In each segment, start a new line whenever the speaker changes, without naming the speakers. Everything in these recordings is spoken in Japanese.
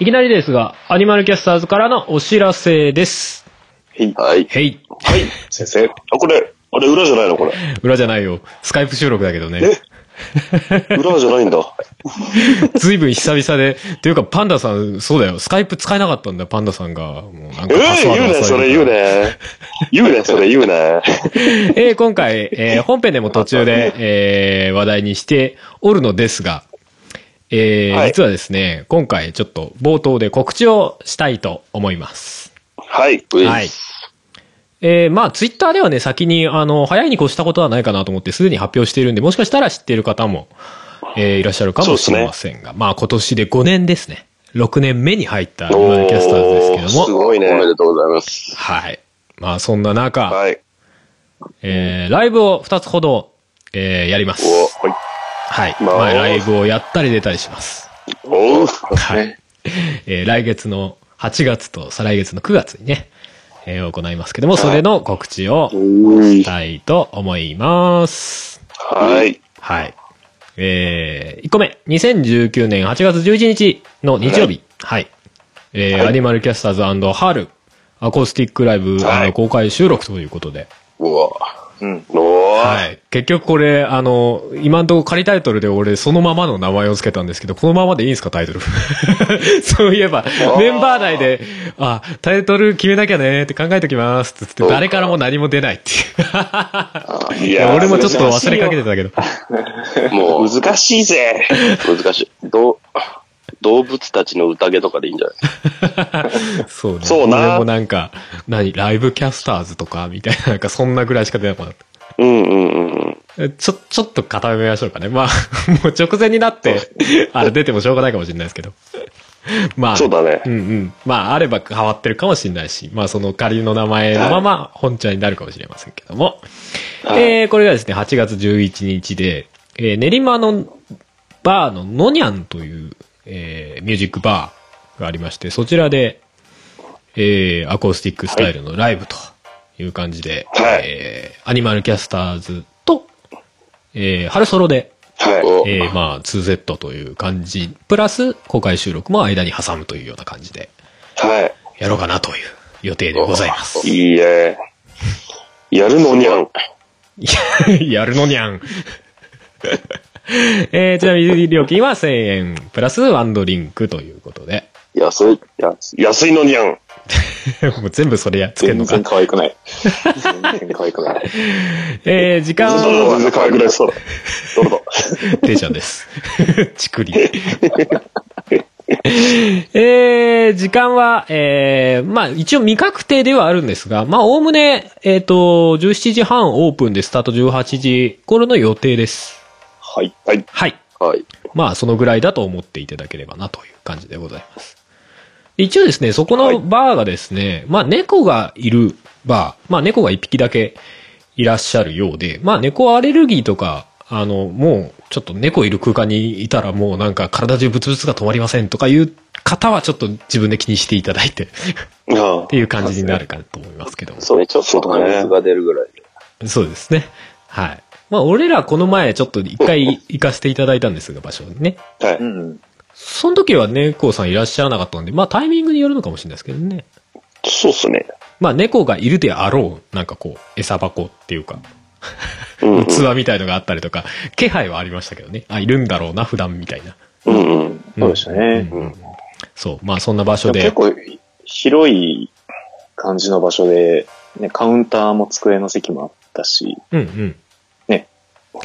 いきなりですが、アニマルキャスターズからのお知らせです。
はい。
はい。
へい。
はい。先生。あ、これ、あれ裏じゃないのこれ。
裏じゃないよ。スカイプ収録だけどね。
え裏じゃないんだ。
ずいぶん久々で。というか、パンダさん、そうだよ。スカイプ使えなかったんだよ、パンダさんが。もうなんか
え
パス
ー、
ワード
言うね、そ
忘
れ
て
言う
るから
ね。言うね、それ言うね。
えー今回、えー本編でも途中で、えー話題にしておるのですが、えー
はい
実はですね、今回ちょっと冒頭で告知をしたいと思います。
はい。
はい。えーまあ、ツイッターではね、先に、あの、早いに越したことはないかなと思って、すでに発表しているんで、もしかしたら知っている方も、えーいらっしゃるかもしれませんが、まあ、今年で5年ですね。6年目に入った、
お
今のキャスターズ
ー
ですけ
す
ども、
ごいね。
おめでとうございます。
はい。まあ、そんな中、
はい。
えーライブを2つほど、えーやります。
おはい。
はい。
まあ
まあ、ライブをやったり出たりします。
おう。
はい。 えー来月の8月と再来月の9月にね、えー行いますけども、それの告知をしたいと思います。
はい。
はい。えー、1個目。2019年8月11日の日曜日。はい。えーアニマルキャスターズハール、アコースティックライブ
はい
公開収録ということで。
うわ
うん。おー。
はい。結局これ、あの、今んとこ仮タイトルで俺そのままの名前を付けたんですけど、このままでいいんですか、タイトル。 そういえば、メンバー内で、あ、タイトル決めなきゃねって考えときますっつって、誰からも何も出ないって いう。
い
い
や
や、
ー
俺もちょっと忘れかけてたけど。
もう、
難しいぜ。
難しい。どう動物たちの宴とかでいいんじゃない
そうね。
そうな
俺もなんか、何、ライブキャスターズとか、みたいな、なんかそんなぐらいしか出なくなった。
うんうんうん。
えちょ、ちょっと固めましょうかね。まあ、もう直前になって、あれ出てもしょうがないかもしれないですけど。まあ、
そうだね
うんうん。まあ、あれば変わってるかもしれないし、まあ、その仮の名前のまま本ちゃんになるかもしれませんけども。
はい
えー、これがですね、8月11日で、えー練馬のバーののにゃんという、えーミュージックバーがありまして、そちらで、えーアコースティックスタイルのライブという感じで、
はい
えーアニマルキャスターズと、えー、春ソロで、
は
お
えーまあ、2Z という感じ、プラス公開収録も間に挟むというような感じで、
い。は
やろうかなという予定でございます
い。。いいね。やるのにゃん。
い ややるのにゃん。えー、ちなみに料金は1000円、プラスワンドリンクということで。
安い。
や安いのにゃん。
もう全部それやっつける
全
のか
然。可愛くない。全然可愛くない。
えー、時間
それは
は
全然可愛くないそうだ。どうぞ。
テンションです。 ちくり。 えー、時間は、えー、まあ一応未確定ではあるんですが、まあおおむね、えっ、と、17時半オープンでスタート18時頃の予定です。
はい。はい。
はい。
はい。
まあ、そのぐらいだと思っていただければなという感じでございます。一応ですね、そこのバーがですね、まあ、猫がいるバー、まあ、猫が一匹だけいらっしゃるようで、まあ、猫アレルギーとか、あの、もう、ちょっと猫いる空間にいたらもうなんか体中ブツブツが止まりませんとかいう方はちょっと自分で気にしていただいてっ
あ
ていう感じになるかと思いますけども。
そうね、ちょっと鼻水が出るぐらいで。
そうですね。はい。まあ、俺らこの前ちょっと一回行かせていただいたんですが、場所にね。
あはい。
うん。
その時は猫さんいらっしゃらなかったんで、まあタイミングによるのかもしれないですけどね。
そうっすね。
まあ猫がいるであろう、なんかこう、餌箱っていうか、
うんうん。
器みたいのがあったりとか、気配はありましたけどね。あ、いるんだろうな、普段みたいな。
うんうん。
そうでしたね。
うんうんそう、まあそんな場所
結
で。
構広い感じの場所で、ね、カウンターも机の席もあったし、
うんうん。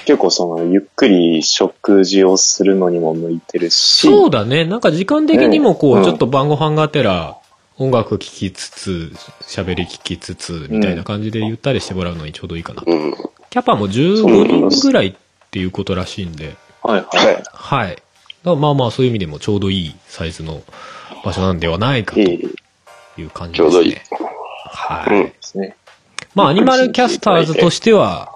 結構そのゆっくり食事をするのにも向いてるし、
そうだね。なんか時間的にもこ
う
う、
ん
ちょっと晩ご飯がてら、音楽聴きつつ、喋り聞きつつ、みたいな感じでゆったりしてもらうのにちょうどいいかな。
うん。
キャパも15人ぐらいっていうことらしいんで。
はいはいはい。
はい。だからまあまあ、そういう意味でもちょうどいいサイズの場所なんではないかと
いい
い
で
う感じ
ちょ
ですね。
うどいい。
はい。
うん
すね。
まあ、アニマルキャスターズとしては、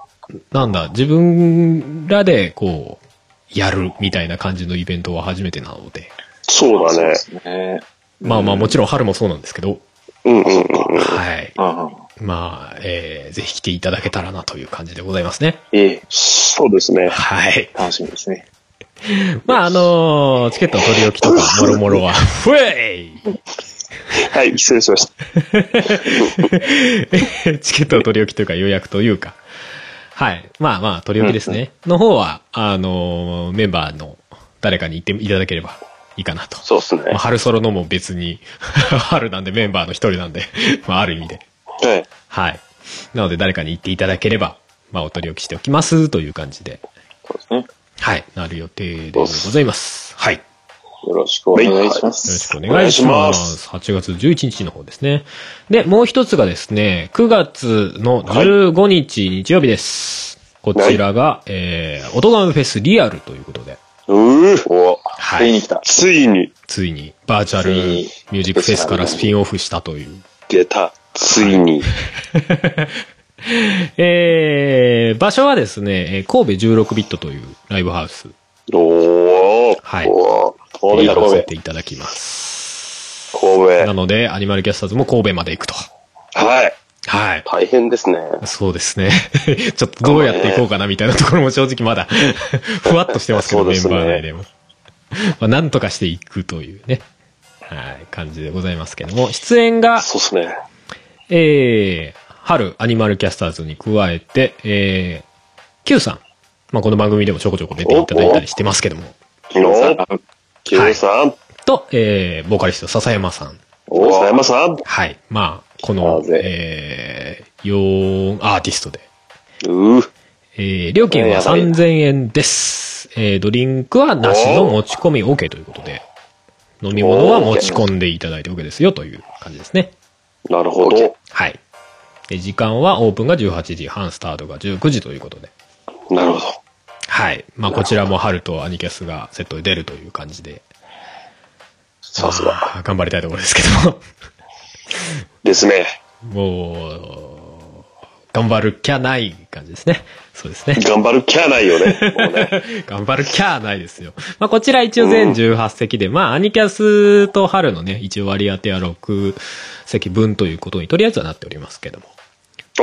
なんだ、自分らでこう、やるみたいな感じのイベントは初めてなので。
そうだ
そう
ね
で。すね。
まあまあ、もちろん春もそうなんですけど、
うんうんうん。
はい。
ろん。うんうん
まあ、えー、ぜひ来ていただけたらなという感じでございますね。
ええ、
そうですね。
はい。
楽しみですね。
まあ、あのーチケットの取り置きとか、もろもろは。ふえい
はい、失礼しました。
チケットの取り置きというか予約というか。はい。まあまあ、取り置きですね。の方は、あのーメンバーの誰かに行っていただければいいかなと。
そうですね。
まあ、
は
春ソロのも別に、 春なんでメンバーの一人なんで、 まあある意味で。
い。
はい。なので誰かに行っていただければ、まあお取り置きしておきますという感じで。
そうですね。
はい。なる予定でございます。はい。よ
よろしくお願いしま
ろし
す。
くお願いし
お願
ま
いし
す。8月11日の方ですね。で、もう一つがですね、9月の15日日曜日です。こちらが、えー、音ガメフェスリアルということで。
うーお
は
つい
い。
に来た。
ついに
ついに、バーチャル
つ
ミ
いに
ュージックフェスからスピンオフしたという。
出た。ついに。
えー、場所はですね、えー神戸16ビットというライブハウス。
おー。
はい
おー
神
や
戸だ、
らせ
神
ていただきます。
神
なので、アニマルキャスターズも神戸まで行くと。
戸。はい。
はい。
大変ですね。
そうですね。 ちょっとどうやっていこうかなみたいなところも正直まだ、 ふわっとしてますけど、
そうで
メン
すね
バー内でも。まあ、なんとかしていくというね。はい、感じでございますけども、出演が、
そうですね。
えー、春アニマルキャスターズに加えて、えー、Q さん。まあ、この番組でもちょこちょこ出ていただいたりしてますけども。
おー
戸。
キヨさん。
と、えー、ボーカリスト、笹山さん。
おー。山さん。
はい。まあ、この
な、ぜ
えー、4アーティストで。
うー。
えー、料金は3000円です。えー、ドリンクはなしの持ち込み OK ということで、飲み物は持ち込んでいただいて OK ですよという感じですね。
なるほど。
はい。で時間はオープンが18時半、スタートが19時ということで。
なるほど。
はい。まあ、こちらも春とアニキャスがセットで出るという感じで。
さすが。
まあ頑張りたいところですけど。
ですね。
もう、頑張るきゃない感じですね。そうですね。
頑張るきゃないよね。もうね。
頑張るきゃないですよ。まあ、こちら一応全18席で、まあ、アニキャスと春のね、一応割り当ては6席分ということに、とりあえずはなっておりますけども。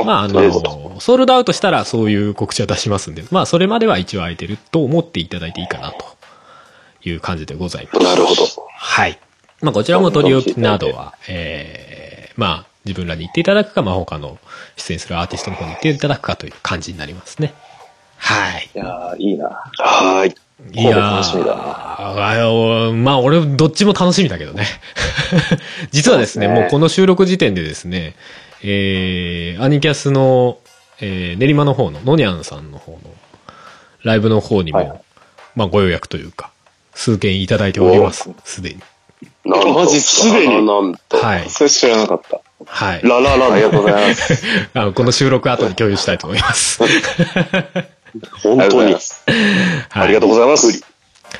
まあ、あ
とりえずと
の、ソールドアウトしたらそういう告知は出しますんで、まあ、それまでは一応空いてると思っていただいていいかなという感じでございます。
なるほど。
はい。まあ、こちらも取り置きなどは、ええまあ、自分らに行っていただくか、まあ、他の出演するアーティストの方に行っていただくかという感じになりますね。はい。
いやー、いいな。
はーい。
いやー
楽しみだな
あのまあ、俺、どっちも楽しみだけどね。 実はですね、
そう
も
ですね
うこの収録時点でですね、えー、アニキャスの、えー、練馬の方の、ノニャンさんの方の、ライブの方にも、
はい
まあ、ご予約というか、数件いただいております、すでに。
なんと
マジすでに
なんと。
はい。
それ知らなかった。
はい。
ラララ
ありがとうご
い
ざいます。
あの、この収録後に共有したいと思います。
ます。本当に。
は
ありがとうございます。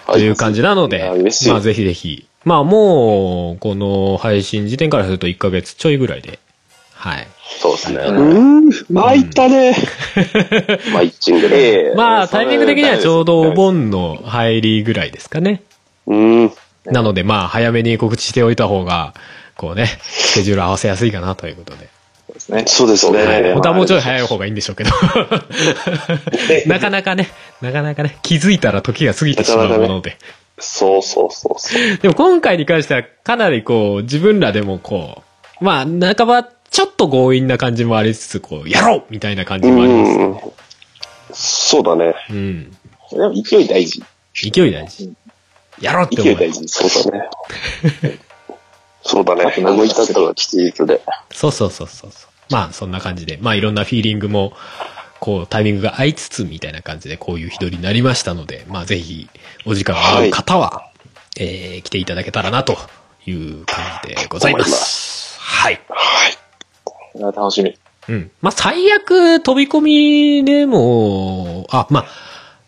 という感じなので
いや嬉し、い
まあぜひぜひ。まあもう、この配信時点からすると1ヶ月ちょいぐらいで。はい。
そうですね。
うーん、参ったね。
マイチングで。
まあタイミング的にはちょうどお盆の入りぐらいですかね。
うん。
なのでまあ早めに告知しておいた方が、こう ね、スケジュール合わせやすいかなということで。
そうですね。
そうです
そう
はい。
ね。
本当はもうちょい早い方がいいんでしょうけど。なかなかね、なかなかね、気づいたら時が過ぎてしまうもので。
そうそうそうそう。
でも今回に関してはかなりこう、自分らでもこう、まあ、半ばちょっと強引な感じもありつつ、こう、やろうみたいな感じもありますね。
そうだね。
うん。
でも勢い大事。
勢い大事。やろうって思。
勢いう大事。
そうだね。 そうだね。
なんか
思い立ったのは吉日で。
そうそうそうそうそう。まあ、そんな感じで、まあ、いろんなフィーリングも、こう、タイミングが合いつつみたいな感じで、こういう日取りになりましたので、まあ、ぜひ、お時間がある方は、えー、来ていただけたらな、という感じでございま。
思います
はい。
はい。
これは楽しみ。
うん。まあ、最悪、飛び込みでも、あ、まあ、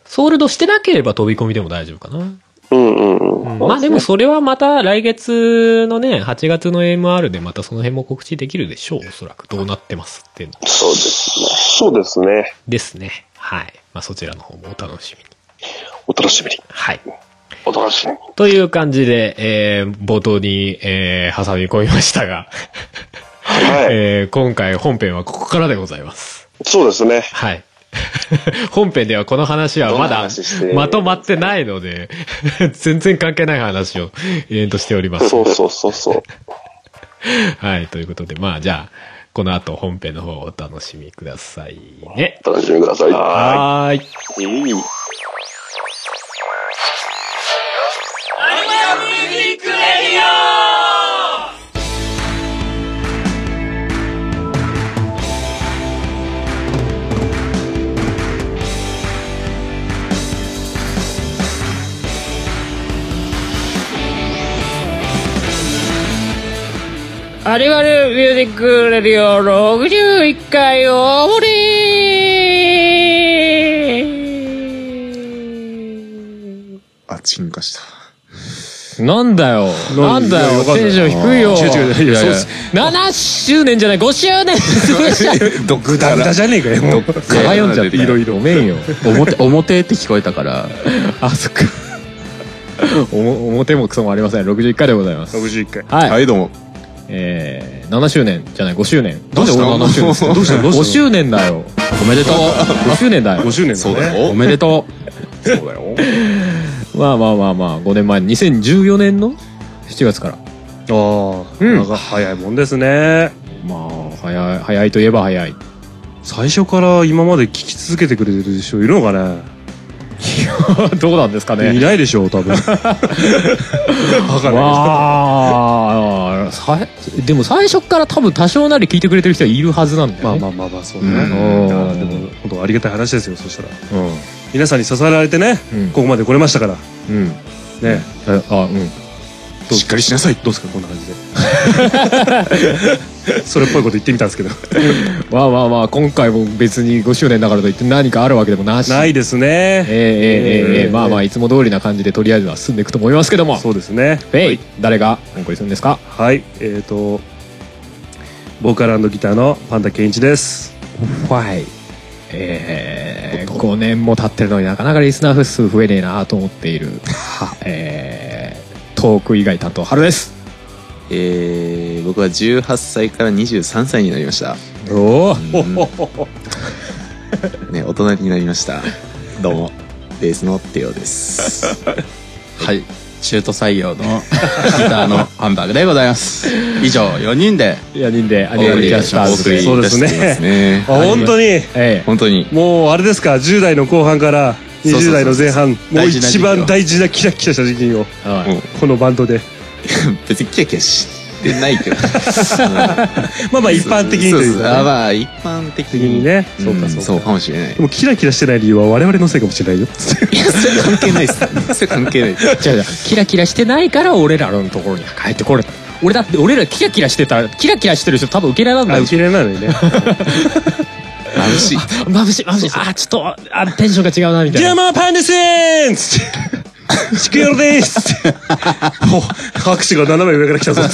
ソールドしてなければ飛び込みでも大丈夫かな。
うんうんうん。
うんまあでもそれはまた来月のね、8月の MR でまたその辺も告知できるでしょう、おそらく。どうなってますっていうの
そうですね。そうですね。
ですね。はい。まあそちらの方もお楽しみに。
お楽しみに。
はい。
お楽しみに。
という感じで、えー、冒頭に、えー、挟み込みましたが、
はい。
えー、今回本編はここからでございます。
そうですね。
はい。 本編ではこの話は
ど
ま
んな
だ
話して
まとまってないので、 全然関係ない話を 延々としております。
そうそうそうそう。
はい、ということで、まあじゃあ、この後本編の方をお楽しみくださいね。
お楽しみください。
はーい。
いい
アニマルミュージックレディオ61回おもり
あ、沈下した。
なんだよ。なんだよ。テンション低いよ。
違う違う違ういやいや
7周年じゃない、5周年
どグダグダじゃねえかよ。もう。
読んじゃったよ
いろいろ。ごめんよ。表、表って聞こえたから。
あ、そっか。 おも表もクソもありません。61回でございます。
61回。
はい
はい、どうも。
えー、7周年じゃない、5周年。
どうした
なんで俺7周年ですか
どうしたどうした
?5 周年だよ。おめでとう。5周年だよ。
50年そうだよ。おめでとう。そうだよ。
まあまあまあまあ、5年前、2014年の7月から。
ああ、
うん
なんか早いもんですね。
まあ、早い、早いといえば早い。
最初から今まで聞き続けてくれてる人いるのかね
どうなんですか
い
ね。
ないでしょう、多 分。わかんない
まあ、さでも最初から多分多少なり聞いてくれてる人はいるはずなんだよ、ね。
まあまあまあまあ、そうね。
うん
いやでも、本当ありがたい話ですよ、そしたら。
うん。
皆さんに支えられてね、
うん
ここまで来れましたから。
うん。
ね。
えあ、うん。
しっかりしなさい。どうですか、こんな感じで。 それっぽいこと言ってみたんですけど。
まあまあまあ、今回も別に5周年だからといって何かあるわけでもなし。
ないですね。
ええええええええまあまあ、いつも通りな感じでとりあえずは進んでいくと思いますけども。
そうですね。
えい、誰がお送りするんですか
はい、えっ、と、ボーカルギターのパンダケンイチです。
はい。えー、5年も経ってるのになかなかリスナー数増えねえなと思って いる、えー、トーク以外担当、春です。
えー、僕は18歳から23歳になりました、
お
う
お
んね、大人になりま したどうもベースのテオです
はい。中途採用のギターのハンバーグでございます。以上、4人で。
4人でアニメキャスターズ
お送りいたしてます
ね
あ、本当に、
ええ
本当に
もうあれですか、10代の後半から
そうそう
20代の前半、もう
大事な時期
一
よ
番大事なキラキラした時期を、
はい
このバンドで。
別にキャキャしてない けど
まあまあ一般的にという
そうそう
か、
あまあ一般的
的に
に
ね、
うん
そうか
そう
そうか。
かもしれない
でもキラキラしてない理由は我々のせいかもしれないよ。
いやそれ関係ないっすそれ関係ない
違う違うキラキラしてないから俺らのところに帰ってこれた俺だって俺らキラキラしてたらキラキラしてる人多分受けられな
あ、
い
受け入れないのに ね。
眩しい
眩しい眩しいあーちょっとあテンションが違うなみたい
ジャ
な
マーパンですーつって。シクヨロですつって。もう拍手が斜め上から来た
ヘ
ぞ。
イっ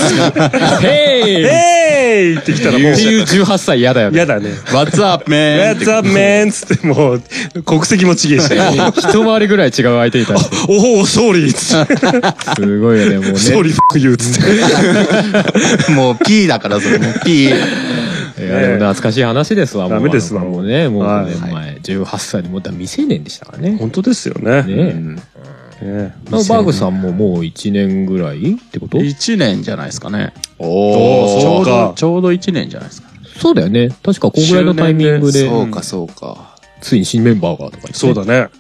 えーいって来たらもう
て、いう18歳嫌だよね
やだね。
What's up, man?
What's up, man? つって、もう、国籍もちげえし。
一回りぐらい違う相手いたら
おお、ソーリーつって、
すごい よねもう
ソー
ね
リーフックユーつって。
もう P だから、それもう P。
いやでも懐かしい話ですわもう
ダメですわ
もうねもう
はい
5年前18歳でもうだ未成年でしたからねね
本当ですよね。
う
え
ん
ね
バーグさんももう1年ぐらいってこと
1年じゃないですかね。
おー
ち
そ
ょ
う
うど
か、。
ちょうど1年じゃないですか。
そうだよね確かこんぐらいのタイミングで
そうかそうか
ついに新メンバーがとか言ってね
そうだね。
ああ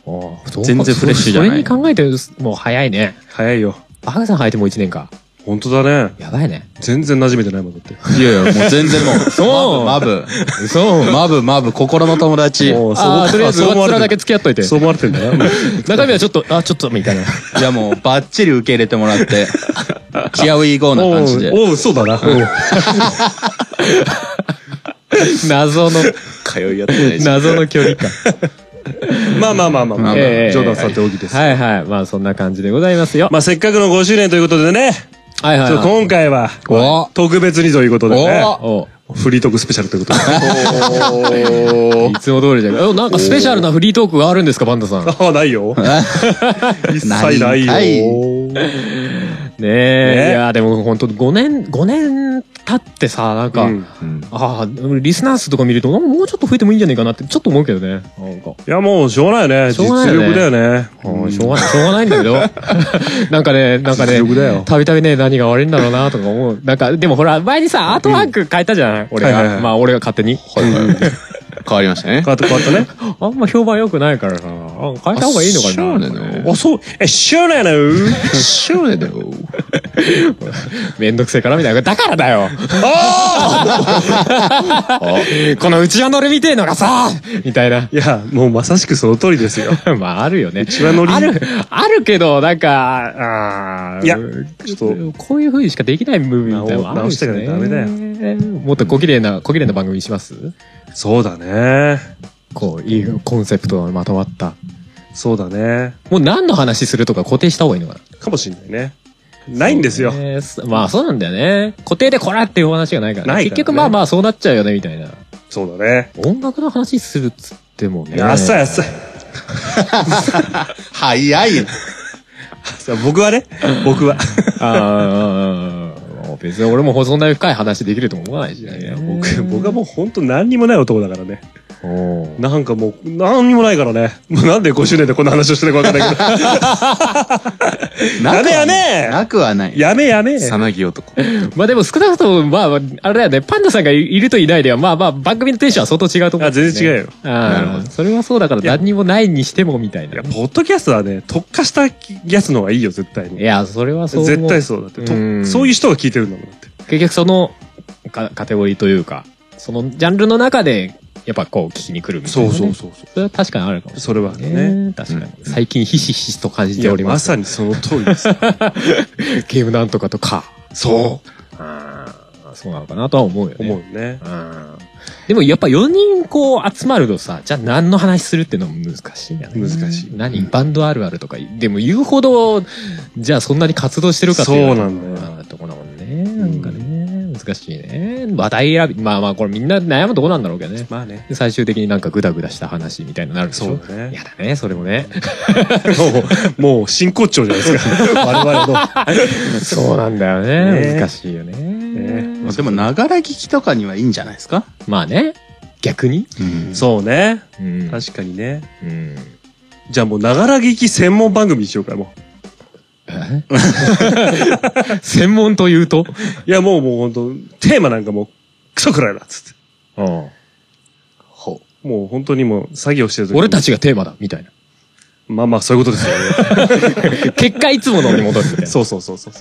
そうか
全然フレッシュじゃない
それに考えてもう早いね
早いよ。
バカさん入ってもう1年か
本当だね。
やばいね
全然馴染めてないもんだって。
いやいや、もう全然 もう、
そう
マブ、
嘘
マブ、マブ、マブ、心の友達。
もうそう
ああとりあえず
そう
上っ
思われてる
面だけ付き合っといて
そう思われてんだよ。
中身はちょっとあちょっとみ たいな
じゃあもう、バッチリ受け入れてもら って、チアウィーゴーな
お
感じで。
うおう、そうだな。
謎の
通い合ってないし
謎の距離感
まあまあまあまあまあ。ジ
ええ
ョーダンさんって大きいです。
はいはいまあそんな感じでございますよ
まあせっかくの5周年ということでね、
はいは
ち
い
ょっと
はい
今回は
お
特別にということでね、
お
お
フリートークスペシャルということ で。
いつも通りじゃんおなんかスペシャルなフリートークがあるんですかバンダ さんね
ああ、ないよ。一切ないよ。
ないんかい
ね
え
ね
いやでも本当5年5年経たってさ、なんか、
うん
うん
ああ、リスナー数とか見ると、なんかもうちょっと増えてもいいんじゃないかなって、ちょっと思うけどね。なんか、
いや、もう、しょうがないよね。
しょ
実
うがないよね
力だよね。
もうしょうがない、しょうがないんだけど。なんかね、なんかね
実力だよ、
たびたびね、何が悪いんだろうなとか思う。なんか、でもほら、前にさ、アートワーク変えたじゃない、俺
はいはいは
が。
い
まあ、俺が勝手に。
変わりましたね
変。わった、変わったね。
あんま評判良くないからさ、あ変えた方がいいのかな。
あそうなの
あ、そう、え、しょうがないの
しょうがないだよ。
めんどくせえからみたいな。だからだよ このうちわ乗りみてえのがさみたいな。
いや、もうまさしくその通りですよ。
まあ、あるよね。
一番乗り
ある、あるけど、なんか、あー
いや
ち
ちょ
ょっと、こういう風にしかできない部分みたいなのあるん
直
で
して
す
か
ね
なきゃダメだよ
もっと小綺麗な、小綺麗な番組にします
そうだね。
こう、いいコンセプトがまとまった。
そうだね。
もう何の話するとか固定した方がいいのかな
かもしんないね。ないんですよ。
ねまあそうなんだよね。固定でこらっていうお話がないからね、
ないからね
結局まあまあそうなっちゃうよね、みたいな。
そうだね。
音楽の話するっつってもね。
安 い安い。
早 い。
さ僕はね、僕は。
ああ、もう別に俺もそんな深い話できるとも思わないしね。
僕、僕はもう本当何にもない男だからね。
おー
なんかもう、何にもないからね。もうなんで5周年でこんな話をしてるかわかんない けど。やめやめ
なくはない。
やめやめ。
さなぎ男。
まあでも少なくとも、まあ、あれだよね、パンダさんがいるといないでは、まあまあ、番組のテンションは相当違うと思う、
あ全然違うよ。
なるほど。それはそうだから、何にもないにしてもみたい
い
な。
や、
い
ポッドキャストはね、特化したやつの方がいいよ、絶対に。
や、それはそう思う。
絶対そうだって。と
うん
そういう人が聞いてるんだもんだって。
結局そのかカテゴリーというか、そのジャンルの中で、やっぱこう、聞きに来るみたいな、ね。
そうそ
それは確かにあるかもし
それは
れない
ね。
ね。確かに。最近、ひしひしと感じ
い
て
や
お、りま。
ますさにその通り です。
ゲームなんとかとか。
そ
あーそうなのかなとは思うよ
う。
ね。
思うね。
うんでもやっぱ4人こう集まるとさ、じゃあ何の話するっていうのも難しいよね。
難しい
何バンドあるあるとか、でも言うほど、じゃあそんなに活動してるかっていう
そうなんだよ
よ。とこだもんね。なんかね、難しいね。話題選び、まあまあこれみんな悩むとこなんだろうけどね。
まあね。
で最終的になんかグダグダした話みたいになるでし
そ
ょ
う。だね。
やだね、それもね。
もう、もう、真骨頂じゃないです か。我々の。
そうなんだよね。
ね
難しいよね。
ね
でも、ながら聞きとかにはいいんじゃないですか
まあね、逆に。
そうね。
うん
確かにね。
うん
じゃあもう、ながら聞き専門番組にしようか、もう。
え 専門というと
いや、もう、もう本当テーマなんかもう、クソくらいだ、つって。もう本当にもう、作業してる時に
俺た。ちがテーマだみたいな。
まあまあ、そういうことですよね。
結果いつものに戻るみ たいな。
そうそうそうそう。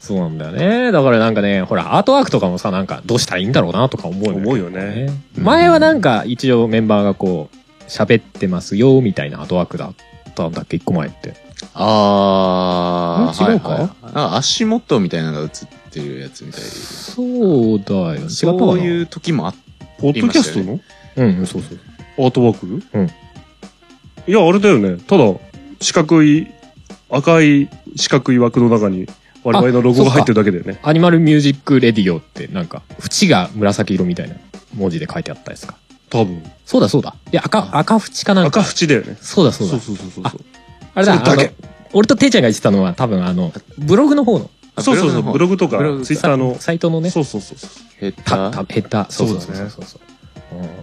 そうなんだよね。だからなんかね、ほら、アートワークとかもさ、なんかどうしたらいいんだろうなとか思うよね。
思うよね。
前はなんか一応メンバーがこう、喋ってますよみたいなアートワークだったんだっけ、一個前って。
あー。
ん違うか
はいはいなんか足元みたいなのが映ってるやつみたいで。
そうだよ。違ったかな
そういう時もあっ
ポッドキャストの
うん、うん、そうそう。
アートワーク
うん。
いや、あれだよね。ただ、四角い、赤い四角い枠の中に、我々のロゴが入ってるだけだよね。
アニマルミュージックレディオってなんか、縁が紫色みたいな文字で書いてあったやつか。
多分。
そうだそうだ。いや、赤、赤縁かなんか。
赤縁だよね。
そうだそうだ。
そうそうそう
ああれだ、あの、俺とていちゃんが言ってたのは多分あの、ブログの方の、
た。
そうそうそう、ブログとか
ブロ、グ
ツイッターの。
サイトのね、
そうそうそうそう。
ヘッ
た、
ダ
た、
ー。
ヘッダー。そうそうそ
そ
うう
だ
そうそ
ね
うそう。うん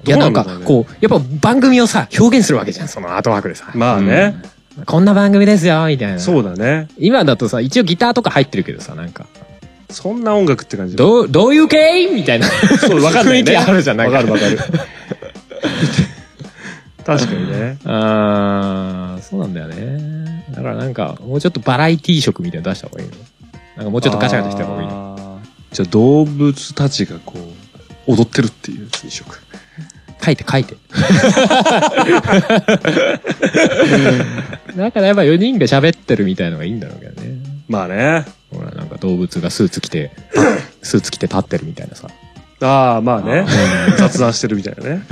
いや、なんか
どうなん、だろ
こう、やっぱ番組をさ、表現するわけじゃん、そのアートワークでさ。
まあね。
こんな番組ですよ、みたいな。
そうだね。
今だとさ、一応ギターとか入ってるけどさ、なんか、
そんな音楽って感じ。
どう、どういう系みたいな。
そう、わかんな
雰
い、ね。
囲気あるじゃんない
わかるわか る。確かにね。
あー、そうなんだよね。だからなんか、もうちょっとバラエティ色みたいなの出した方がいいの。なんかもうちょっとガチャガチャした方がいいの。
あーじゃあ動物たちがこう、踊ってるっていうやつにしようか。
書いて書いて。 だからやっぱ4人が喋ってるみたいのがいいんだろうけどね。
まあね。
ほら、なんか動物がスーツ着 て、スーツ着て立ってるみたいなさ。
ああ、まあね。雑談してるみたいなね。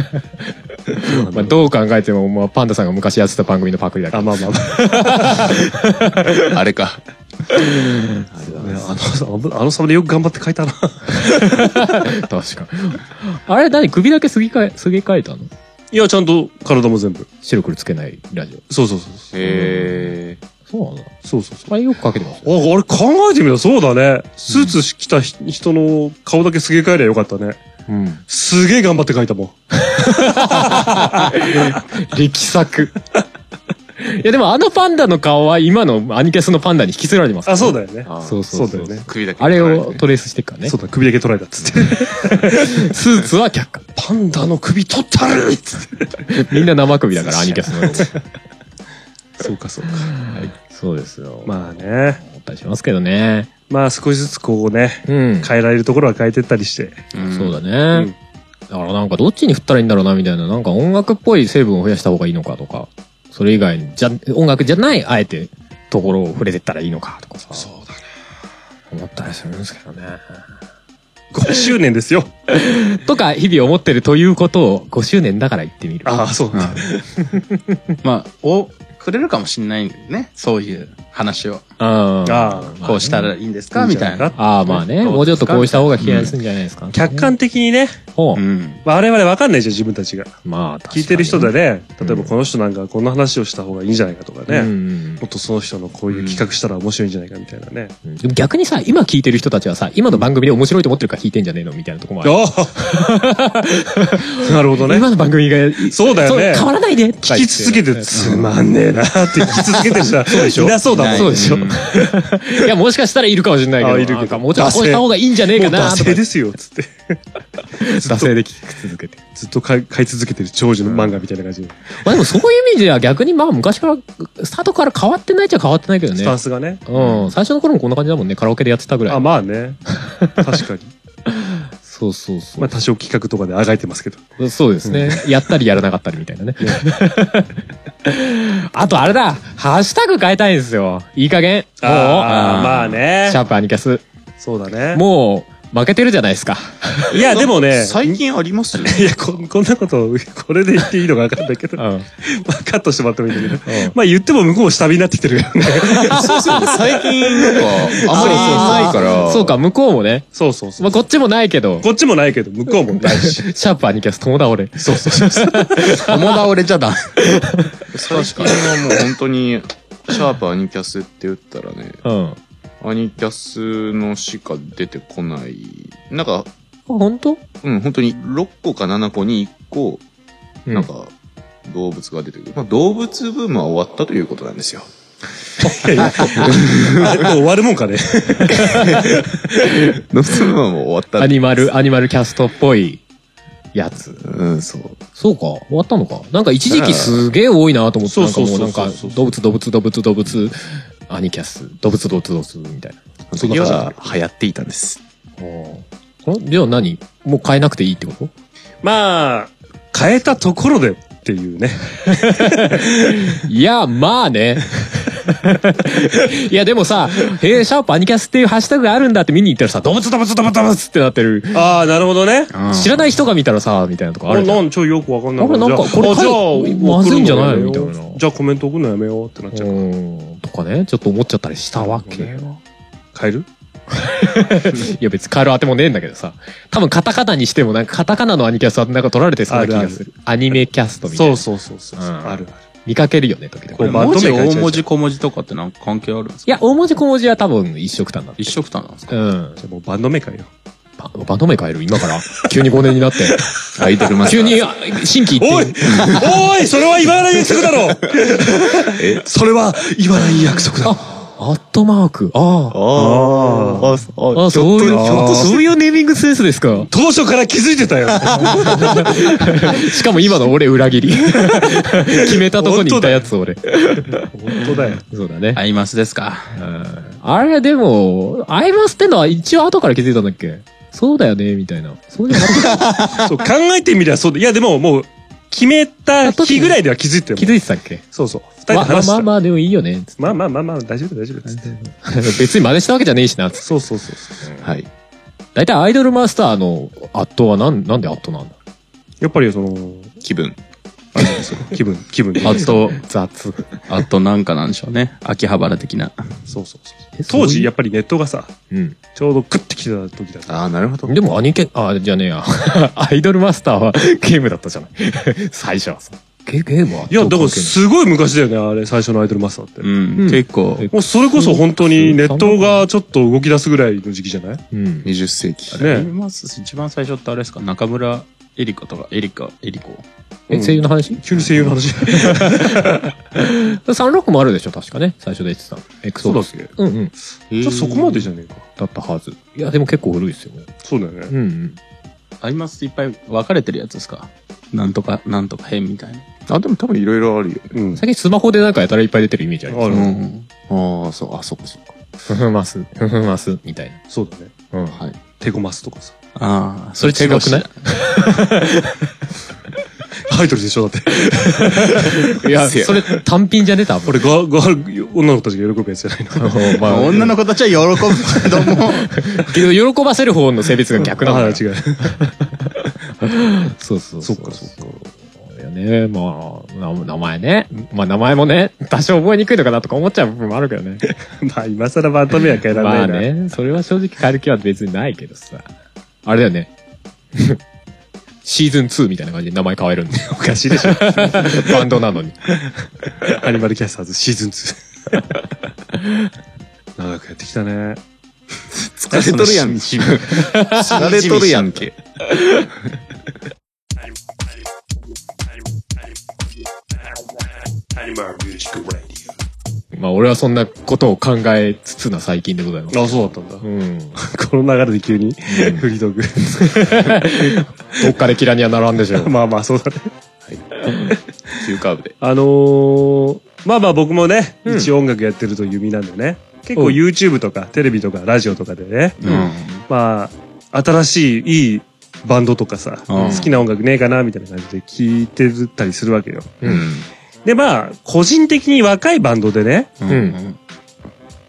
まあどう考えても、まあパンダさんが昔やってた番組のパクリだけ
あ、
ど。
まあまあまあ。
あれか。
ね あの、あのサムでよく頑張って書いたな。
確か。あれ何首だけすぎかえ、すげ替えたの
いや、ちゃんと体も全部。
白黒つけないラジオ。
そうそうそうそう。
へそうなんだ。
そうそうそう。
あれよくかけてます
あ、あれ考えてみたらそうだね。スーツ着たひ人の顔だけすげえ変えりゃよかったね。
うん。
すげえ頑張って描いたもん。
力作。 いやでもあのパンダの顔は今のアニキャスのパンダに引きずられてます、
あ、そう
だ。
だよね。
そうそうそう
そうだよね
首だけ
あ
取ら
れ
てね。
をトレースしてっからね。
そうだ、首だけ取られたっつって。
スーツは却下。
パンダの首取ったるっつって。
みんな生首だ から、アニキャスの。
そうか、そうか。
そうですよ。まあ、
まあね。
思ったりしますけどね。
まあ少しずつこうね、
うん。
変えられるところは変えてったりして。
そうだね。だからなんかどっちに振ったらいいんだろうなみたいな、なんか音楽っぽい成分を増やした方がいいのかとか、それ以外にじゃ、音楽じゃない、あえて、ところを触れてったらいいのかとかさ。そうだね。思ったりするんですけどね。
5周年ですよ。
とか、日々思ってるということを5周年だから言ってみる。
ああ、そうだね。
まあ、お、くれるかもしんないんでね。そういう話を。
あ
ああ
こうしたらいいんですかみたいな。
ああ、まあね。もうちょっとこうした方が気合いするんじゃないですか。
客観的にね、
ほう
うん。
まあ我々わかんないじゃん、自分たちが。
まあ、確かに
聞いてる人で。ね、
ん
例えばこの人なんかこんな話をした方がいいんじゃないかとか
う
ね。
ん
もっとその人のこういう企画したら面白いんじゃないかみたいなね。
うん。でも逆にさ、今聞いてる人たちはさ、今の番組で面白いと思ってるから聞いてんじゃねえのみたいなとこもある。
なるほどね。
今の番組が、
そうだよね。
変わらないで
聞き続けてつまんねえなって聞き続けてる 人はいなそうだもん。
そうでしょ。
ん
いや、もしかしたらいるかもしれないけど、
あいるけど
なんかもうちょっとこうした方がいいんじゃねえ
も
か
う
な
惰
とか
性です よ、つって。
惰性で聞き続けて。
ずっと買い買い続けてる長寿の漫画みたいな感じで。
まあでもそういう意味では逆にまあ昔から、スタートから変わってないっちゃ変わってないけどね
スタ。ンスがね。
うん。最初の頃もこんな感じだもんね。カラオケでやってたぐら
あ、
い。
まあね。 確かに。
そうそうそ
まあ多少企画とかであがいてますけど。
う。そうですね。 やったりやらなかったりみたいなね。 あとあれだハッシュタグ変えたいんですよ。いい加減。もう、
あーまあね
シ。ャープアニキャス。
そうだね。
もう、負けてるじゃないですか。
いや、でもね、
最近ありますよ。
いやこ、こんなこと、これで言っていいのか分かんないけど、
う
まあ
ん。
カットしてもらってもいいんだけど、まあ言っても向こうも下火になってきてるよね。
そうそう。最近、なんか、あんまりないから。
そうか、向こうもね。
そうそうそ
まあ、
う。
こっちもないけど、
こっちもないけど、向こうもない し。
シャープアニキャス友倒れ。
そうそうそう。
友倒れじゃダメ。
最近はもう本当に、シャープアニキャスって打ったらね、
うん。
アニキャスのしか出てこない。なんか、
本当
うん、本当に6個か7個に1個、
うん
なんか、動物が出てくる。まあ、動物ブームは終わったということなんですよ。
あれもう終わるもんかね。
動物ブームはもう終わった。
アニマル、アニマルキャストっぽいやつ。
うん、そう。
そうか終わったのかなんか一時期すげえ多いなと思って、
そう
なんかも
そうそうう
なんか
そうそう、
動物動物動物動物、アニキャス、動物動物動物みたいな。
その時は流行っていたんです。
おじゃあ何もう変えなくていいってこと
まあ、変えたところでっていうね。
いや、まあね。いや、でもさ、へえ、シャープアニキャスっていうハッシュタグがあるんだって見に行ったらさ、動物動物動物動物ってなってる。
ああ、なるほどね。
知らない人が見たらさ、みたいなとこあ
あ
るじゃん
なんちょ、よくわかんない
あれなんか
じゃ
これ
あじゃあ
書いまずいんじゃないのみたいな
じゃあコメント送るのやめようってなっちゃう。
うんとかね、ちょっと思っちゃったりしたわけよ。
変える
いや別に変える当てもねえんだけどさ。多分カタカナにしてもなんかカタカナのアニキャスはなんか取られてそうな気がする。アニメキャストみたい
そ
な。
うそうそうそう。
うん
あるある。
見かけるよね、時
これ
々。
ま
文
とめ
字、
書いちゃう
大
じゃん
文字、小文字とかってなんか関係あるんです
い
か
や、大文字小文字は多分一色単なんだ。
一緒くたなんですか
うん。
じゃあもうバンド名変えよ
ババンド名変える今から。急に5年になって。
アイドルマスタ
急
ー。
にあ新規
う。
行
お
っ
い
て。
おいそれは言わない約束だろそれは言わない約束だ。
アットマーク。あ
ああ、あ
あ。あ、
ひ
そういう、
ょっとひょっと
そういうネーミングセンスですか。
当初から気づいてたよ。
しかも今の俺裏切 り。決めたとこにいたやつ俺。
本当だよ。
そうだね。
アイマスですか。
あれ、でも、アイマスってのは一応後から気づいたんだっけそうだよね、みたいな。そうじゃなくて
そう、考えてみりゃそうだ。いや、でももう、決めた日ぐらいでは気づいてる
気づいてたっ け
そうそう。二人で
まま
話
あ
し
ま
た。
あまあ、でもいいよね。つ って
まあまあまあまあ、大丈夫だ大丈夫だっつって。
別に真似したわけじゃねえしな。つって
そうそうそうそう。
はい。
大体アイドルマスターのアットはなん、なんでアットなんだ
やっぱりその、
気分。
気分、気分で。
あと、
雑。
あとなんかなんでしょうね。秋葉原的な。
そうそうそう。
え
当
そうい
時、
う
やっぱりネットがさ、
うん。
ちょうどグッてきてた時だった。
ああ、なるほど。
で もアニケ、あ、じゃねえや。アイドルマスターはゲームだったじゃない。最初はさ。ゲゲームはい
や、だからすごい昔だよね、あれ、最初のアイドルマスターって。
うん、
うん
結構、
もうそれこそ本当にネットがちょっと動き出すぐらいの時期じゃない
うん。
20世紀。
ね、
ね。
一番最初ってあれですか中村エリカとか、エリカ、エリコ。
え、声優の話
急に声優の話。
?36 もあるでしょ、確かね。最初で言ってた。
そうだっ
XO。
け
うんうん。
じゃあ そこまでじゃねえか。
だったはず。いや、でも結構古いですよね。
そうだよね。
うんうん。
アイマスいっぱい分かれてるやつですかなんとか、なんとか編みたいな。
あ、でも多分いろいろあるよ。
うん。
最近スマホでなんかやたらいっぱい出てるイメージありま
ある
うん。
ああ、そう、あ、そうか、そうか。
す。ふふます。ふふます。みたい
そうだね。
な。うん。
はい。
テゴマスとかさ。
ああ、
それ違く ない
タイトルでしょだって。
いや、それ単品じゃね多分。
これが、が、女の子たちが喜ぶやつじゃないの。
うんまあ、
女の子たちは喜ぶけども、
けど喜ばせる方の性別が逆なの
あ
よ
あ、違う。
そうそう
そっかそっか。
いやね、まあ、な名前ね。まあ名前もね、多少覚えにくいのかなとか思っちゃう部分もあるけどね。
まあ、今更まとめは変えられ
ま
な
あ
いな。
ね、それは正直変える気は別にないけどさ。あれだよね。 シーズン2みたいな感じで名前変えるんだよ。おかしい でしょ。バンドなのに。
アニマルキャスターズシーズン2。長くやってきたね。
疲れとるやん。疲れとるやんけ。
まあ俺はそんなことを考えつつな最近でございます。
あ、 そうだったんだ。
うん。
この流れで急に、フリードグ。
どっかでキラにはならんでし ょう。
まあまあ、そうだね。
急カーブで。
あのー、まあまあ僕もね、
うん
一応音楽やってると弓なんでね。結構
うん
YouTube とかテレビとかラジオとかでね、
うん。
まあ、新しいいいバンドとかさ、
うん
好きな音楽ねえかなみたいな感じで聞いてたりするわけよ。
うん。
でまあ、個人的に若いバンドでね、
うんん。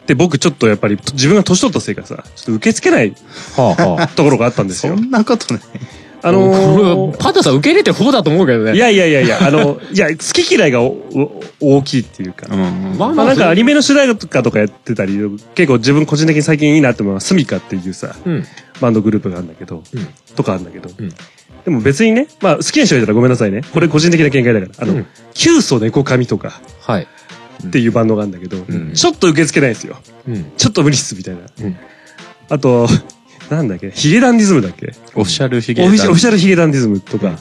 で僕ちょっとやっぱり自分が年取ったせいかさ、ちょっと受け付けない
はあはあ。
ところがあったんです
そ
よ。
んなことね。
あの
これ
ー、
パンダさん受け入れてる方だと思うけどね。
いやいやいやい や、あの、いや、好き嫌いがおお大きいっていうか、
ん
まあ
ま
ま
あ
あ
なんかアニメの主題歌とかやってたり、結構自分個人的に最近いいなって思うのは、スミカっていうさ、
うん
バンドグループがあるんだけど、
うん
とかあるんだけど、
うん
でも別にね、まあ好きな人がいたらごめんなさいね。これ個人的な見解だから、あの、
うん
急須猫髪とか
はい。
っていうバンドがあるんだけど、
ん
ちょっと受け付けないんですよ。
うん。
ちょっと無理っすみたいな。
うん
あと、なんだっけ、ヒゲダンディズムだっけ
オフィシャルヒゲ
オ
ダ
フ
ン
ィシャオフィシャルヒゲダンディズムとか、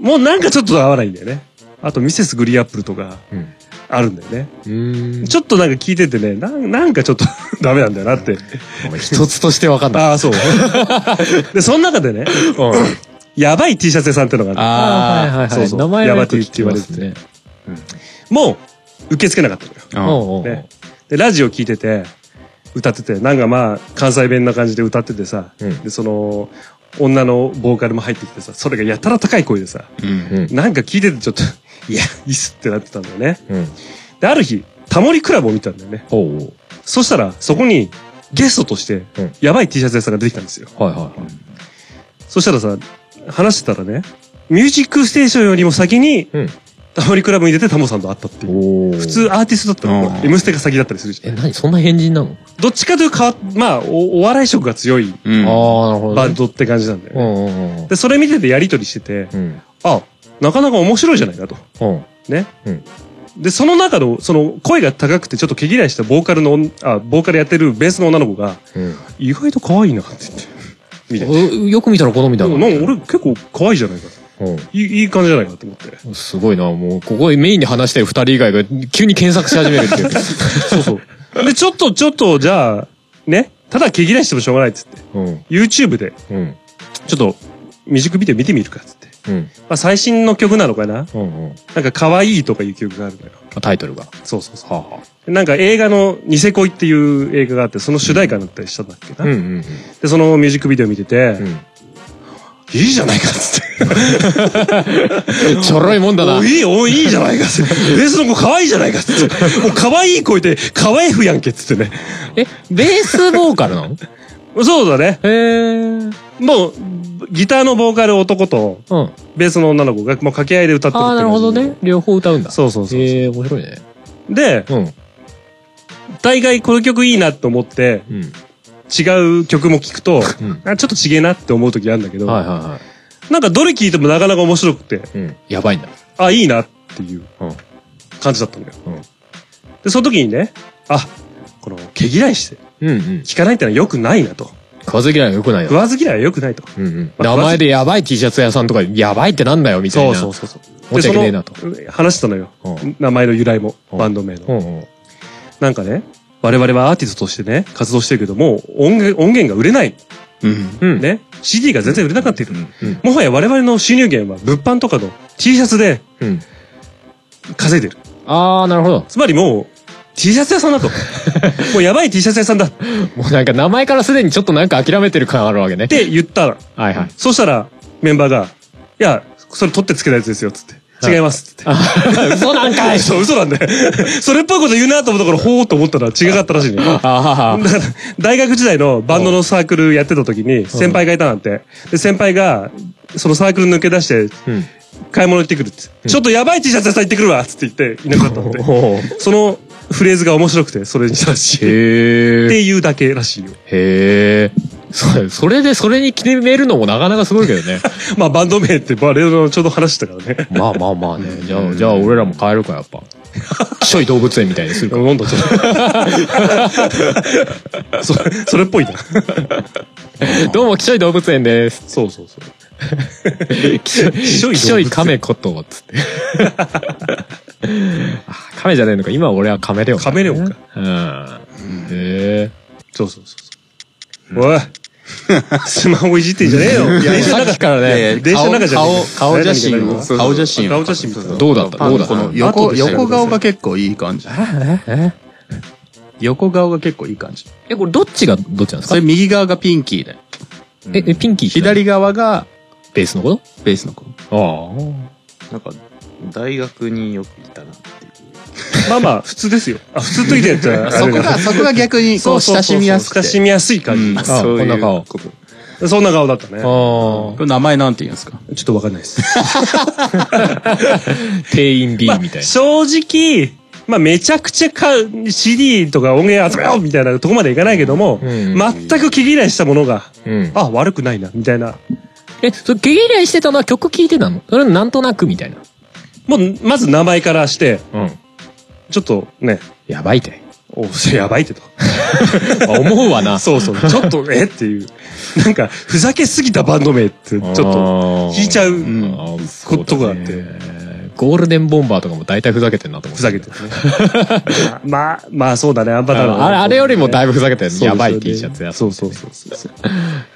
もうなんかちょっと合わないんだよね。あとミセスグリーアップルとか
うん、
あるんだよね。
うん。
ちょっとなんか聞いててね、なんなんかちょっと ダメなんだよなって。
お前一つとして分かんない。
ああ、そう。で、その中でね、やばい T シャツ屋さんってのがあっ
ああ、はいはいはい。
そうそう
名前はよく
ヤバ T
聞きます
って言
ね。
てもう受け付けなかったの
うん
よ。
おうおう
ねで、ラジオ聞いてて、歌ってて、なんかまあ、関西弁な感じで歌っててさ、
うん
で、その、女のボーカルも入ってきてさ、それがやたら高い声でさ、
うん。
なんか聞いててちょっと、 いや、いいっすってなってたんだよね。
うん。
で、ある日、タモリクラブを見たんだよね。
おう
そしたら、そこに、ゲストとして
うん、
やばい T シャツ屋さんが出てきたんですよ。
おう。はいはいはい。
そしたらさ、話してたらね、ミュージックステーションよりも先に、
うん
タモリクラブに出てタモさんと会ったっていう。
お
普通アーティストだった
う
ら、
ん
ほら M ステが先だったりするじゃ
え、
ん。
何そんな変人なの
どっちかというかわ、まあお、お笑い色が強い
うん。
ああ、なるほどね。
バンドって感じなんだよ
う
ね。
んうんうん
で、それ見ててやりとりしてて、
うん。
あ、なかなか面白いじゃないかと。
うん。
ね。
うん
で、その中の、その、声が高くてちょっと毛嫌いしたボーカルの女、あ、ボーカルやってるベースの女の子が、
うん。
意外と可愛いなって言って。みたいな。
およく見たら好みだ
う
な。
んなんか俺結構可愛いじゃないかと。いいいい感じじゃないかと思って。
うん。すごいな。もう、ここメインで話してる二人以外が急に検索し始めるっていう。
そうそう。で、ちょっと、ちょっと、じゃあ、ね、ただ毛嫌いしてもしょうがないっつって、
うん。
YouTube で、
うん。
ちょっと、ミュージックビデオ見てみるかっつって。
うん。
まあ、最新の曲なのかな
うんうん。
なんか、可愛いとかいう曲があるのよ。
タイトルが。
そうそうそ
はあは
う。なんか、映画の、ニセ恋っていう映画があって、その主題歌になったりしたんだっけ
あ。
な。
ん
で、そのミュージックビデオ見てて、
うん。
いいじゃないかっつって。
うん。ちょろいもんだな
お。いい、おいいいじゃないかっ つって。ベースの子可愛いじゃないかっつって。もう可愛い声で、可愛いふやんけっつってね。
え、ベースボーカルな の
そうだね。
へえ。
もう、ギターのボーカル男と、
うん。
ベースの女の子がもう掛け合いで歌ってるって
ああ、なるほどね。両方歌うんだ。
そうそうそうそう
ええ、面白いね。
で、
うん。
大概この曲いいなと思って、
うん。
違う曲も聴く
う
と、
ん。
あちょっと違えなって思う時あるんだけど、
はいは
なんかどれ聴いてもなかなか面白く
い
て、
はい。うん。やばいんだ。
あ、いいなっていう
うん
感じだったんだよ。
うん
で、その時にね、あ、この、毛嫌いして、
うんうん。
聞かないってのは良くないなと。
風嫌いは良くない
食
よ。
わず嫌いは良くないと。
うんうん。
まあ
名前でやばい T シャツ屋さんとか、やばいってなんだよ、みたい
そう
な。
そうそうそう。
申し訳ねえなと。
と。話したのよ。
うん
名前の由来も、
うん
バンド名の。
うんうん。
なんかね、我々はアーティストとしてね、活動してるけども、音源音源が売れない。
うん。
うん。
ね。CD が全然売れなかったけど、
うん
もはや我々の収入源は物販とかの T シャツで
うん。
稼いでる。
あー、なるほど。
つまりもう、T シャツ屋さ んだと。もうやばい T シャツ屋さんだっ
もうなんか名前からすでにちょっとなんか諦めてる感あるわけね。
て言ったら、
はいはい。
そしたらメンバーが、いや、それ取ってつけたやつですよ、つって。
はい
違います、つって。
嘘なんかい
そう、嘘なんだよ。それっぽいこと言うなと思ったから、ほーっと思ったら違かったらしい ね。だか
あ
ら大学時代のバンドのサークルやってた時に、先輩がいたなんて。で、先輩が、そのサークル抜け出して、
ー。うん。
買い物行ってくるって。ちょっとやばい T シャツ屋さん行ってくるわっつって言って、いなくなったので。
ほう。
そのフレーズが面白くて、それにしたしい。っ
へー。
ていうだけらしいよ。
へー。そそれで、それに決めるのもなかなかすごいけどね。
まあバンド名ってバレーのちょうど話したからね。
まあまあまあね。じゃあ、じゃあ俺らも変えるか、や っぱ。ちょい動物園みたいにするか。
なんだそれ。 そそれっぽいな。
どうも、きちょい動物園です。
そうそうそう。
きちょい、
ちょい動物園
きちょい亀こと、つって。 あ亀じゃねえのか。今俺はカメレオンだね。
カメレオンか
うん。へえ。
そうそうそうそう。おいスマホいじってんじゃねえよ。電車
さ
の
っき
中
からね、
電車の中じゃねえよ
顔、顔写真
そ
を。
うそう
顔写真を。
顔写真見てた
どうだったどうだっ
こ
た
の横、
後で調べてください
横顔が結構いい感じ。
え
横顔が結構いい感じ。
え、これどっちがどっちなんです
そ
か
れ右側がピンキーで。
え、えピンキーって何
左側が
ベースのこ
ベースの子。
とあ
なんか、大学によくいたなっていう。
まあまあ、普通ですよ。あ、普通と言ってやつは
そこが、 そこが逆に、こう、親しみやすくて。
親しみやすい感じ。
あ。あ
そういう
こんな顔。
そんな顔だったね。ちょ
あ
これ名前なんて言うんですか
っとわかんな いです。
あ。店員 B み
ま
た
あ
いな。
正直、まあめちゃくちゃか CD とか音源集めようみたいなとこまでいかないけども、
ん
全く毛嫌いしたものが、
うん。
あ、悪くないな、みたいな。
え、それ、毛嫌いしてたのは曲聴いてたのそれなんとなくみたいな。
もう、まず名前からして、
うん。
ちょっとね、
やばいって。
お、それやばいってと。
あ思うわな。
そうそう、ちょっとえっていう。なんか、ふざけすぎたバンド名って、ちょっと、
と
引いちゃ
う
う、
ん。
ことがあって
ゴールデンボンバーとかも大体ふざけてんなと思って。
ふざけてるね。 まあ、まあそうだね、あん
あ
バタ
のあれあれよりもだいぶふざけてる。
そうですよ
や
ね
ばい T シャツや
そうそうそうそう。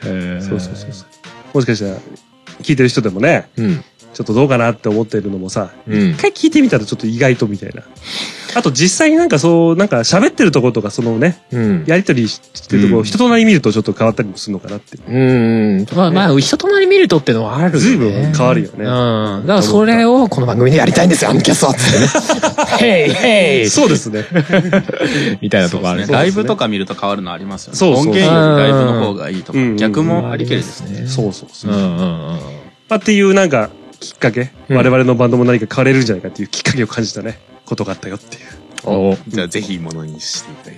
へー
そうそうそうそう。もしかしたら、聞いてる人でもね、
うん。
ちょっとどうかなって思ってるのもさ、
うん
一。回聞いてみたらちょっと意外とみたいな。あと実際になんかそう、なんか喋ってるところとか、そのね、
うん。
やりとりしてるところ、人となり見るとちょっと変わったりもするのかなっていう。
うん。まあ、まあ、人となり見るとってのはあるよね。
随分変わるよ
うん。
ね。
だからそれをこの番組でやりたいんですよ、アンキャストってね。ヘイヘイ
そうですね。
みたいなとこある
ね
ね。
ライブとか見ると変わるのありますよね。
そうそう
音源よりライブの方がいいと
うん
か。逆もありけりですね。
ね
そうそうそうう。
んう
ま
んうん。
あっていうなんか、きっかけ、
うん
我々のバンドも何か変われるんじゃないかっていうきっかけを感じたね、ことがあったよっていう。
お
じゃあ、ぜひものにしてい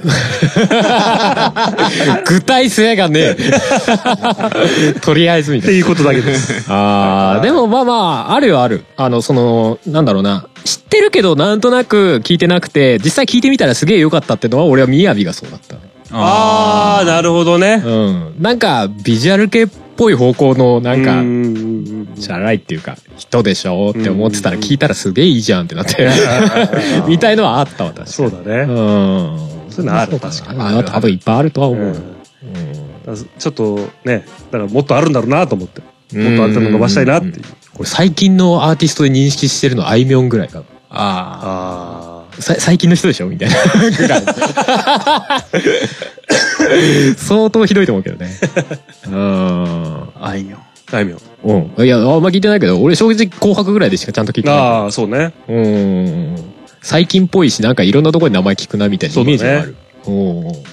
ただ き
具体性がねえとりあえずみ
った
い
て
な。
いうことだけです。
ああ、でもまあまあ、あるよある。あの、その、なんだろうな。知ってるけど、なんとなく聞いてなくて、実際聞いてみたらすげえ良かったってのは、俺はみやびがそうだった。
ああ、なるほどね。
うん。なんか、ビジュアル系っぽい方向の、なんか
う、んうんうんうん
チャラいっていうか、人でしょって思ってたら聞いたらすげえいいじゃんってなって、 みたいのはあった私。
そうだ
うん。
ね。そういうのある
か
確かに
な。あ多分いっぱいあるとは思う。
だからちょっとね、だからもっとあるんだろうなと思って、もっとあるの伸ばしたいなっていう。
これ最近のアーティストで認識してるのあいみょんぐらいかな。
あ
ああ。
さ最近の人でしょみたいなぐらい。相当ひどいと思うけどね。うん。
あ、あいみょん。
大名。
うん。いや、あんま聞いてないけど、俺正直紅白ぐらいでしかちゃんと聞いてない。
ああ、そうね。
うん。最近っぽいし、なんかいろんなところに名前聞くなみたいなイメージがある。うんうん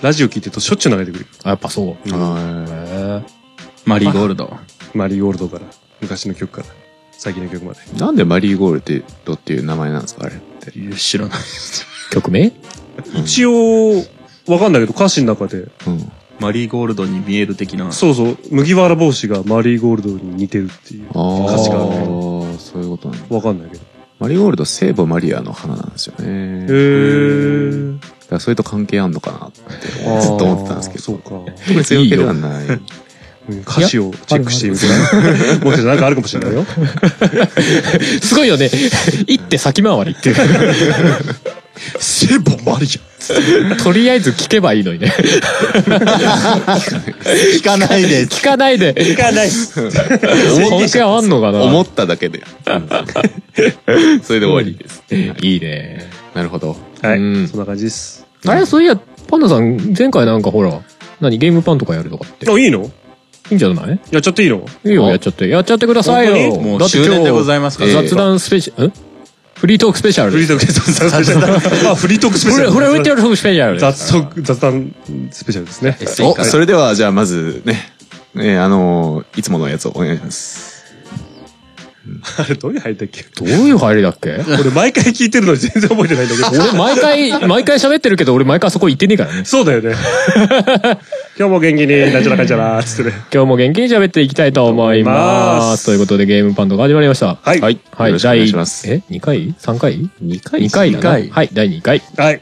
ラジオ聞いてるとしょっちゅう流れてくるよ。
あやっぱそう。
まはい。
マリーゴールド。
マリーゴールドから、昔の曲から、最近の曲まで。
なんでマリーゴールってドっていう名前なんですかあれって。
知らない。
曲名
一応、わかんないけど歌詞の中で、
うん。
マリーゴールドに見える的な。
そうそう、麦わら帽子がマリーゴールドに似てるっていう
ああ。
歌詞があるね
そういうことなんだ。
わかんないけど。
マリーゴールド聖母マリアの花なんですよね。
へー。
だからそれと関係あんのかなってずっと思ってたんですけど。
そうか。
特にそういうわけではない。
うん歌詞をチェックしてみて。 もしかしたらなんかあるかもしれないよ。
すごいよね。行って先回りっていう。
聖母マリ
とりあえず聞けばいいのにね。
聞かないで。
聞かないで。
いかない。
本気あんのか
ア
な
思っただけで。うん それで終わりです。
いいね。
なるほど。
は
う
い。
ん
そんな感じです。
あれ、そういや、パンダさん、前回なんかほら、何、ゲームパンとかやるとかって。い
あ、いいの
いんじゃない
やっちゃっていいの
いいよ、
あ
やっちゃって。やっちゃってください
本
よ。
当
もう
だって
終
今
電
日
でございますから。
雑談スペシャル、んフリートークスペシャル
フ
で
リー
す。
トークスペシャ ル。あ、フリートークスペシ
フ
ャ
レ
ル。
フレートークスペシャルです。
雑談、雑談スペシャルですね。
お、それでは、じゃあまずね、ね、あのー、いつものやつをお願いします。
あれ、どういう入りだっけ
どういう入りだっけ
俺、毎回聞いてるのに全然覚えてないんだけ ど。
俺毎回、 毎回喋ってるけど、俺毎回そこ行ってねえからね。
そうだよね。今日も元気に、なんちゃらかんちゃら、つってね。
今日も元気に喋っていきたいと思い
思い
ま
ます
す。ということで、ゲームパンドが始まりました。
はい
はい。は
よろ
い。
しくお願い
第、
します
え ?2 回 ?3 回
2
?2 回だな。はい。第2回。
はい。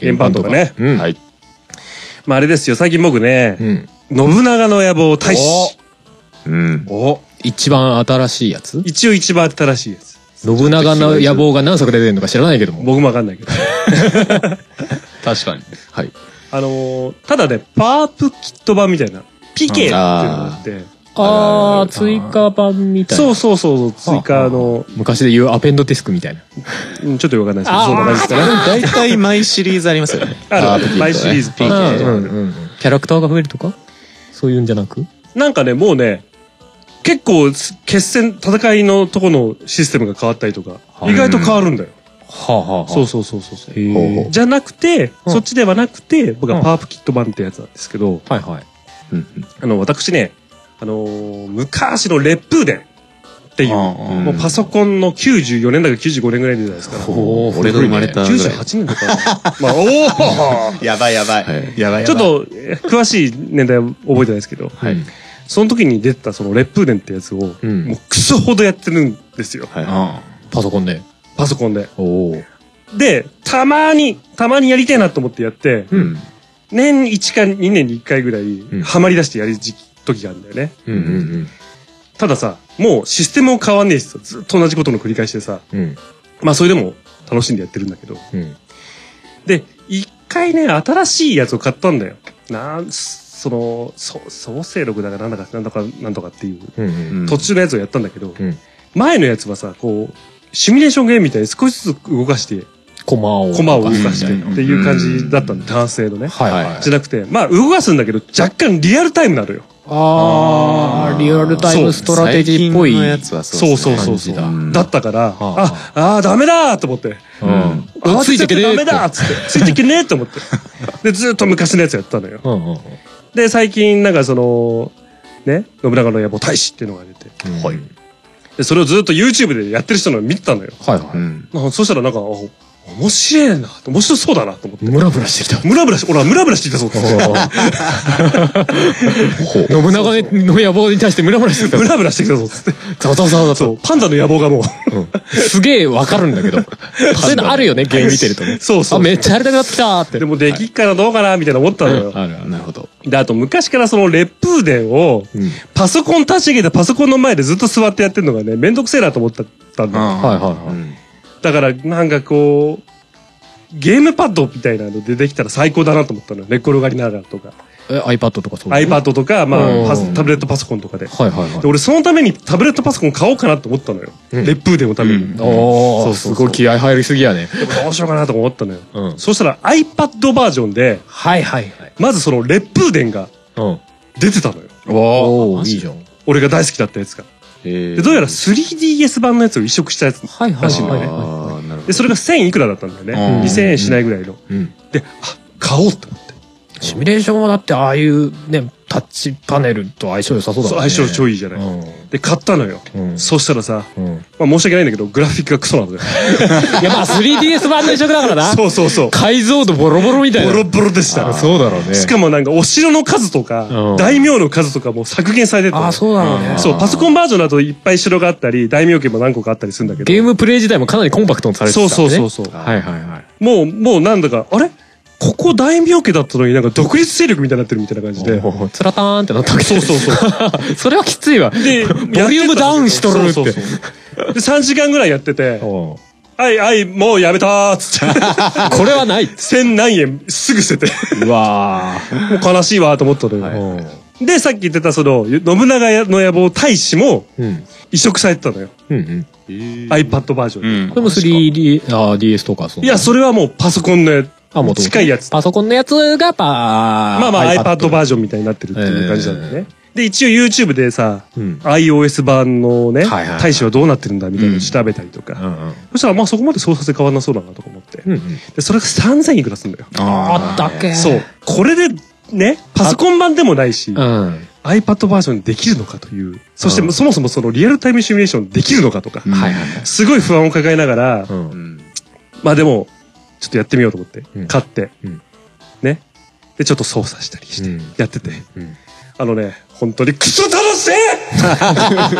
ゲームパンとかね。
うん。
はい
まあ、あれですよ、最近僕ね
う、ん。
信長の野望大使。
うん。
お
一番新しいやつ
一応一番新しいやつ。
信長の野望が何作出てるのか知らないけども。
僕もわかんないけど。
確かに。
はい。
あのー、ただね、パープキット版みたいな、PK っていうのがあって、
あー、追加版みたいな。
そうそうそう、追加の、
昔で言うアペンドティスクみたいな。
うんちょっとよくわかんないですけど、そんな感じですかね。
大体毎シリーズありますよね。
あ
パープキット
る、
ね
マイシリー
う
ズ
んう
PK。
んうん。キャラクターが増えるとかそういうんじゃなく
なんかね、もうね、結構す、決戦、戦いのとこのシステムが変わったりとか、意外と変わるんだよ。
はあは
そうそうそうそうそう。
ほうほう
じゃなくて、
うん
そっちではなくて、僕
う
は
ん
パープキット版ってやつなんですけど、
はいはい。
うん
あの、私ね、あのー昔の烈風伝ってい
う
う、
ん
もうパソコンの94年だか95年ぐらいじゃないですか。
おー
俺が生まれたぐらい。
98年とかな。まあ、おお
やばいやばい。
はい。やばい
ちょっと、えー詳しい年代は覚えてないですけど、
はい。
その時に出てたその烈風伝ってやつを、も
う。
うんクソほどやってるんですよ。
はい。
パソコンで。
パソコンで。
おお。
で、たまに、たまにやりたいなと思ってやって、
うん。
年1か2年に1回ぐら
ん
い、ハマり出してやる時期時があるんだよね。
うんうん
たださ、もうシステムも変わんねえしさ、ずっと同じことの繰り返しでさ、
うん。うん
まあそれでも楽しんでやってるんだけど。
うん。
で、一回ね、新しいやつを買ったんだよ。なん、その、そ創世録だかなんだか、なんとか、なんとかっていう、
うんうん。
うん
途中のやつをやったんだけど、
うん
前のやつはさ、こう、シミュレーションゲームみたいに少しずつ動かして、
コマを。
コマを動かして
うん
っていう感じだったの、男性のね。
はいはい。
じゃなくて、まあ動かすんだけど、若干リアルタイムなのよ。
あー、リアルタイムストラテジーっぽい。
最近のやつはそうで
そう
す
そ
ね
うそうそう。
感
じだ
だったから、
あ
あ、あーダメだーと思って。
うん。
あ
ついてけねえ
ダ
って
メだーっつって。ついてけねえと思って。で、ずーっと昔のやつやったのよ。
うんうん。
で、最近、なんかその、ね、信長の野望大使っていうのが出て、
はい。
で、それをずっと YouTube でやってる人のを見てたのよ。
はいは
う
い。
ん。
なんかそしたらなんか、あ面白いな、面白そうだなと思って。
ムラムラしてきた。
ムラムラし、俺はムラムラしていたぞって。
信長の野望に対してムラムラしてきた
ム。ラムラしてきたぞっつって。
ざわざわざわざわ
そう、パンダの野望がもう。
すげえわかるんだけ ど。そういうのあるよね、ゲーム見てるとね。
そうそう
あ、めっちゃやりたくなってきたーって。
でもできっかなどうかなみたいな思ったのよ。
あるある。
なるほど。
で、あと昔からその烈風伝を、パソコン立ち上げてパソコンの前でずっと座ってやってるのがね、めんどくせえなと思ったんだ。
はいはい
うん
は
だから、なんかこう、ゲームパッドみたいなのでできたら最高だなと思ったのよ。寝っ転がりながらとか。
い。え、iPad とかそういうの
iPad とか、ま
うん
あ、パスタブレットパソコンとかで。
はいはいはい
で、。俺そのためにタブレットパソコン買おうかなと思ったのよ。
うん
烈風伝のために。
お
そ
ー、
うそ
す
うそ
ご
う
い気合入りすぎやね。
でもどうしようかなと思ったのよ。
うん。
そしたら iPad バージョンで、
はいはいはい。
まずその烈風伝が
うん。
出てたのよ。
おー、いいじゃん。
俺が大好きだったやつが。
え
で、どうやら 3DS 版のやつを移植したやつ。
はいはい
らしいんだ
は
よ
い
ね
ああ、なるほど。
で、それが1000いくらだったんだよ
う
ね
ん。
2000円しないぐらいの。
うん。
で、あ、買おうと思って。
シミュレーションはだってああいうね、タッチパネルと相性良さそうだ
そう
もんね。
相性超いいじゃない。で、買ったのよ。
うん。うん。
そしたらさ、
うん。
まあ申し訳ないんだけど、グラフィックがクソなんだよ。
いや、まあ 3DS 版の移植だからな。
そうそうそう。
解像度ボロボロみたい
ボ
な。
ロボロでした。
あそうだろうね。
しかもなんかお城の数とか、
うん
大名の数とかも削減されてた
あ、そうだろうね。
そうパソコンバージョンだといっぱい城があったり大名家も何個かあったりするんだけど
ゲームプレイ自体もかなりコンパクトにされてたん
そう
だね。
そうそうそう
はいはいはい。
もうもうなんだかあれここ大名家だったのになんか独立勢力みたいになってるみたいな感じで
おおつらたーんってなったわけ
そうそうそう
う。 それはきついわ。
で
ボリュームダウンしとるって
そうそうそうで3時間ぐらいやってて
おう
「はいはいもうやめた」っつって
これはない。
千何円すぐ捨てて
うわー
もう悲しいわと思ったのよ、
おう
でさっき言ってたその信長の野望大使も
うん。
移植されてたのよ、
うんうん。
iPad バージョン
う
で、
ん
これ。も 3D、あー DS とかそう。
いや、それはもうパソコンのや
あ元々
近いやつ。
パソコンのやつがパー。
まあまあ iPad バージョンみたいになってるっていう感じなんだよね。で、一応 YouTube でさ、
うん。
iOS 版のね、
はいはいはい
大使はどうなってるんだみたいなの調べたりと
う
か。
んうん。
そしたらまあそこまで操作性変わんなそうだなとか思って。
うんうん。
で、それが3000いくらすんだよ。
あったっけ
そう。。これで、ね、パソコン版でもないし
う、ん。
iPad バージョンできるのかという。そして
うん
そもそもそのリアルタイムシミュレーションできるのかとか。
うん
はいはいはい。
すごい不安を抱えながら、
うん
う。ん
まあでも、ちょっとやってみようと思って、
うん
買って、
うん
ね。で、ちょっと操作したりして、
うん
やってて、
うん
あのね、本当にクソ楽 しい時間が、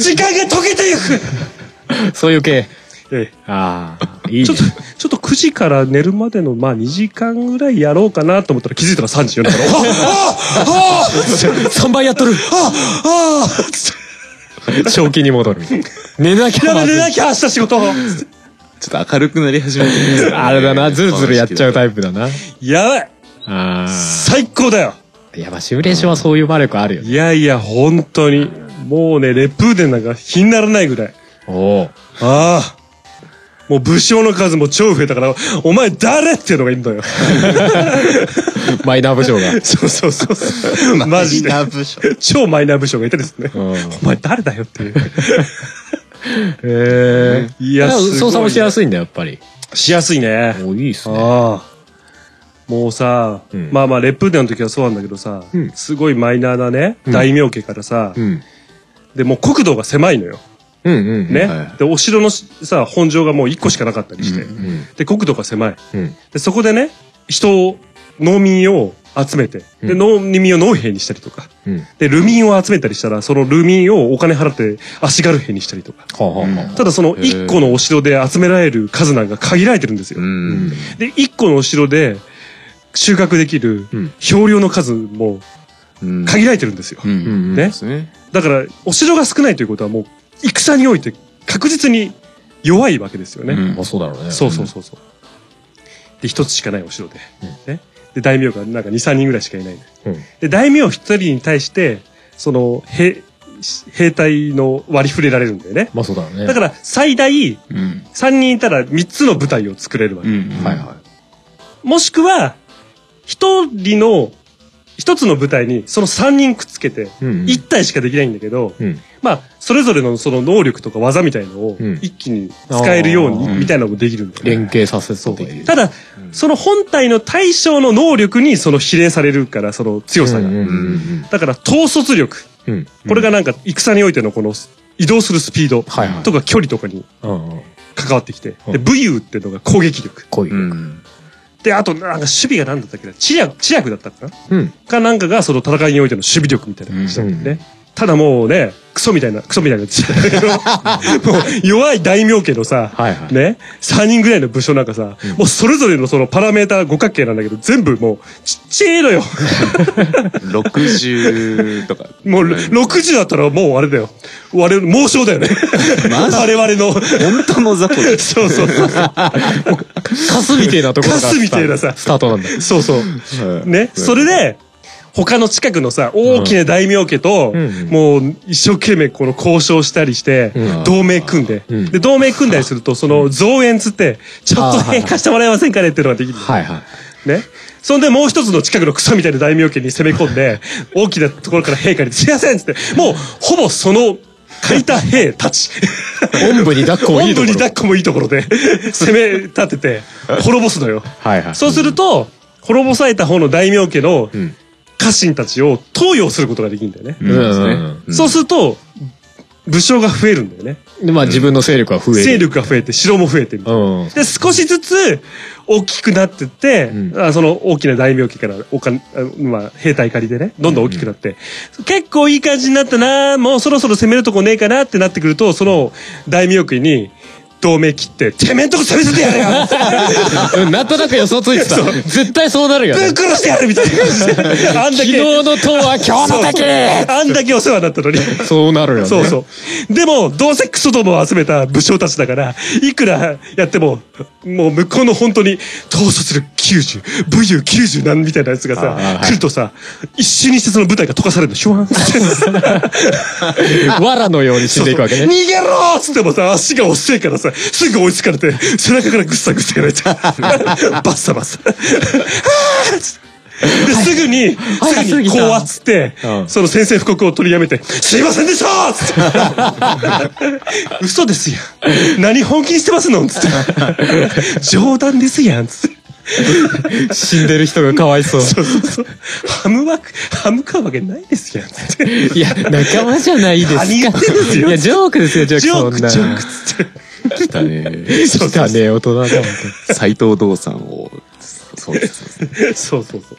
時間が溶けていく
そういう系。
ええ
ああ、いいね。
ちょっと、ちょっと9時から寝るまでの、まあ2時間ぐらいやろうかなと思ったら気づいたら3時よだから、あああ
3倍やっとる
あああ
正気に 戻るみたいな。寝なきゃ
やめ
まず
れ
い
なきゃ明日仕事
ちょっと明るくなり始めてる、
あれだな、ズルズルやっちゃうタ
イ
イプだな。
やばい
ああ。
最高だよ
いや、まあ、シミュレーションはそういう魔力あるよね。
いやいや、本当に。もうね、レプーデンなんかひんならないぐらい。
おお。
ああ。もう武将の数も超増えたから、お前誰っていうのがいるのよ。
マイナー部長が。
そうそうそうそう。マジで。超マイナー武将がいてですね。
うん。
お前誰だよっていう。
へえ。
い
い
や、
や、
すごいね
操作もしやすいんだ、やっぱり。
しやすいね。
おいいっすね。
ああ。もうさ、
うん
まあまあ、レプーデンの時はそうなんだけどさ、
うん
すごいマイナーなね、
うん
大名家からさ、
うん。
で、もう国土が狭いのよ。
うんうん。
ね。
は
で、お城のさ、本城がもう一個しかなかったりして。
うん。うん
で、国土が狭い。
うん。
で、そこでね、人を、農民を集めて、で、
うん
農民を農兵にしたりとか、
うん。
で、ルミンを集めたりしたら、そのルミンをお金払って足軽兵にしたりとか。
はあはあはあ
ただその1個のお城で集められる数なんか限られてるんですよ
う。ん。
で、1個のお城で収穫できる
うん
漂流の数も
うん。
限られてるんですよ。
うん
うんうん。
ね
ですね。
だから、お城が少ないということはもう、戦において確実に弱いわけですよね。
うん
まあ、そうだろうね。
そうそうそうそう。で、一つしかないお城で。ね。で、大名がなんか2、3人ぐらいしかいない。
うん
で、大名一人に対して、その、兵、兵隊の割り振れられるんだよね。
まあ、そうだろうね。
だから、最大3
うん。
人いたら3つの部隊を作れるわ
う
け。
ん。
はいは
もしくは、一人の、一つの部隊にその3人くっつけて、
うんうん、
1体しかできないんだけど、
うん
まあ、それぞれのその能力とか技みたいのを
うん
一気に使えるように、
あー
みたいなのもできるんだよね。
連携させそうという。
ただ、その本体の対象の能力にその比例されるから、その強さが。
うんうんうん
だから、統率力。
うんうん。
これがなんか、戦においてのこの移動するスピード
はいはい
とか距離とかに
うんうん。
関わってきて。
うん
で、武勇っていうのが攻撃力。
こういう
い。う。ん。
で、あと、なんか守備が何だったっけな知略、知略だったかな
うん。
かなんかがその戦いにおいての守備力みたいな感じなんだよね。ただもうね、クソみたいな、クソみたいなやつ。 もう弱い大名家のさ、
はいはい。
ね、3人ぐらいの部署なんかさ、もうそれぞれのそのパラメータ五角形なんだけど、全部もうちっちゃいのよ。
60とか。
もう60だったらもうあれだよ。我々、猛将だよね。我々の。
本当の雑魚だ
そうそうそう。
カスみたいなところがスタート。
カスみたいなさ
スタートなんだ。
そうそう。ね。それで、他の近くのさ、大きな大名家と、
うん
もう一生懸命この交渉したりして、
うん
同盟組んで、
うん
で、同盟組んだりすると、その増援つって、ちょっと
あーはい
変化してもらえませんかねっていうのができる。
はいはい。
ね。そんでもう一つの近くの草みたいな大名家に攻め込んで、 大きなところから陛下に、すいませんっつって、もうほぼその、書いた兵たち。
おんぶに抱っこいい
本
と
当
ころ
に抱っこもいいところで、攻め立てて、滅ぼすのよ。
はいはい。
そうすると、滅ぼされた方の大名家の
うん
家臣たちを投与することができるんだよね。
うんそうですねうん
そうすると、武将が増えるんだよね。
で、まあ自分の勢力が増える。
勢力が増えて、城も増えてみたいな
うん。
で、少しずつ大きくなってって、
うん
あその大きな大名家からお金、あまあ、兵隊借りてね、どんどん大きくなって、結構いい感じになったな、もうそろそろ攻めるとこねえかなってなってくると、その大名家に、同盟切って、てめえんとこ攻めさせてやるよ
うんなんとなく予想ついてた。絶対そうなるよ
ぶっ
ね。
殺してやるみたいな感じで。 あんだ
昨日
け、
の塔は今日の敵
あんだけお世話になった のに。
そうなるよね。
そうそう。でも、どうせクソどもを集めた武将たちだから、いくらやっても、もう向こうの本当に、闘争する90、武勇90なんみたいなやつがさ、来るとさ、一瞬にしてその舞台が溶かされるの、シュワーンって。
藁のように死んでいくわけ
逃
ね。
げろーっつってもさ、足が遅いからさ、すぐ追いつかれて、背中からぐっさぐっさやられちゃう。 バッサバッサ。あーっつってで、すぐに、
はい
すぐに、こう
はい
っつって、
うん
その宣戦布告を取りやめて、すいませんでしたっつ って。嘘ですやん。何本気にしてますのっつって。冗談ですやん。つって。
死んでる人がかわいそう。
そうそうそう。ハムワーク、ハム買うわけないですやん。つって。
いや、仲間じゃないですか。
何言ってんですよ
いや、ジョークですよ、ジョーク。そん
ジョーク、
な
ジョークっつって。
来た ね。
そうそう
汚ねえ大人だ、本
斎藤道さんを、そうです。
そうそうそ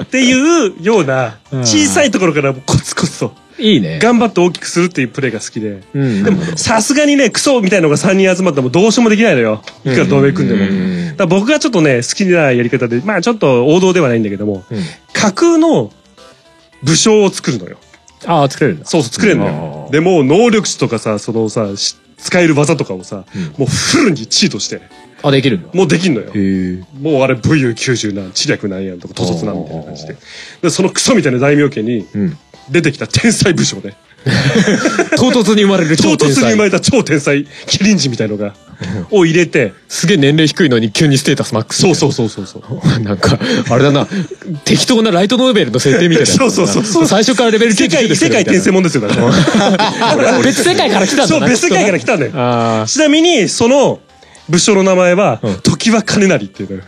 う。っていうような、小さいところからコツコツと
当にいいね。
頑張って大きくするっていうプレーが好きで。
うん。
でも、さすがにね、クソみたいなのが3人集まってもどうしようもできないのよ。いくら同盟組んでも。だから僕がちょっとね、好きなやり方で、まあちょっと王道ではないんだけども、
うん
架空の武将を作るのよ。
ああ、作れるんだ。
そうそう、作れるのよ。でも、能力値とかさ、そのさ、し使える技とかをさ、もうフルにチートして、
あ、できるんだ。
もうできんのよ。
へ
もうあれ VU90 なん、知略なんやんとか、とつなんみたいな感じで。で、そのクソみたいな大名家に
ん、
出てきた天才武将ね。
唐突に生まれる
唐
超天
突に
才
生ま。れた超天才、麒麟児みたいのが、を入れて、
すげえ年齢低いのに急にステータスマックス。
そうそうそうそうそう。
う。 なんか、あれだな、適当なライトノベルの設定みたいな。
そうそうそうそう
最初からレベル
世界、
99です
世
けど
界
みたい
転
な
生もんですよ、だから。
別世界から来たんだ
そう、
な
別世界から来たんだよ。
ああ。
ちなみに、その、武将の名前は、時は金成っていうのよ。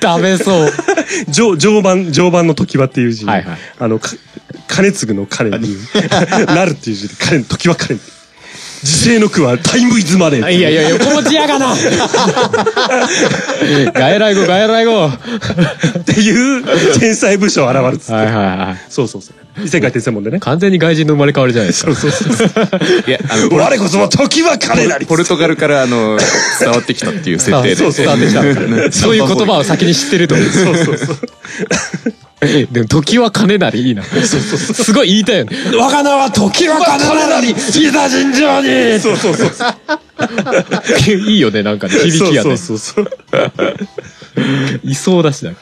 ダメそう。
上、上盤、上盤の時はっていう字。
はいはい
あの、か金継ぐの金 に、なるっていう字で、金、時は金。時勢の句はタイムイズマネー。
いやいや、横持ちやが な外来語、外来語。はい
っていう天才武将現るっつって。
はいはい。
そうそうそう。異世界転生もんでね。
完全に外人の生まれ変わりじゃないですか。
いや、あの、
我こそは時は彼なり。
ポルトガルから、あの、伝わってきたっていう設定で。
あそうそう伝わってきたそういう言葉を先に知ってると。
そうそうそう。
でも、時は金なりいいな。すごい言いたいよね。
我が名は時は金なり。いざ尋常に。そうそうそう。
いいよね、なんかね。響きが
そ
ね
う。そうそう。
いそうだし、なんか。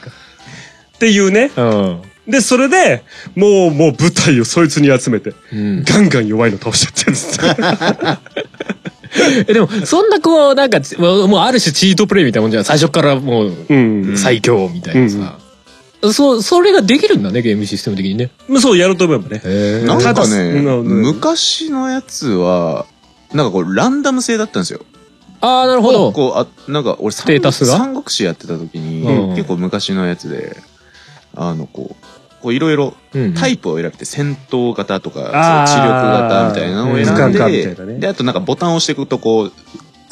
っていうね。
うん。
で、それで、もう、もう舞台をそいつに集めて、ガンガン弱いの倒しちゃってるんです
え、でも、そんなこう、なんか、もうもうある種チートプレイみたいなもんじゃない最初からもう、
うん。
最強みたいなさ。そう、それができるんだね、ゲームシステム的にね。
まあそう、やろうと思えばね。
へ
なん
ただ
か
す
ね、
うん
昔のやつは、なんかこう、ランダム性だったんですよ。
ああ、なるほど。
こう、あ、なんか俺、ス
テータスが
三国志やってた時に、
うん
結構昔のやつで、あの、こう、こういろいろ
うん
タイプを選べて、戦闘型とか、そう
あー
知力型みたいなのを
うん
選ん
図鑑かみたいな
で、
ね
で、あとなんかボタンを押していくと、こう、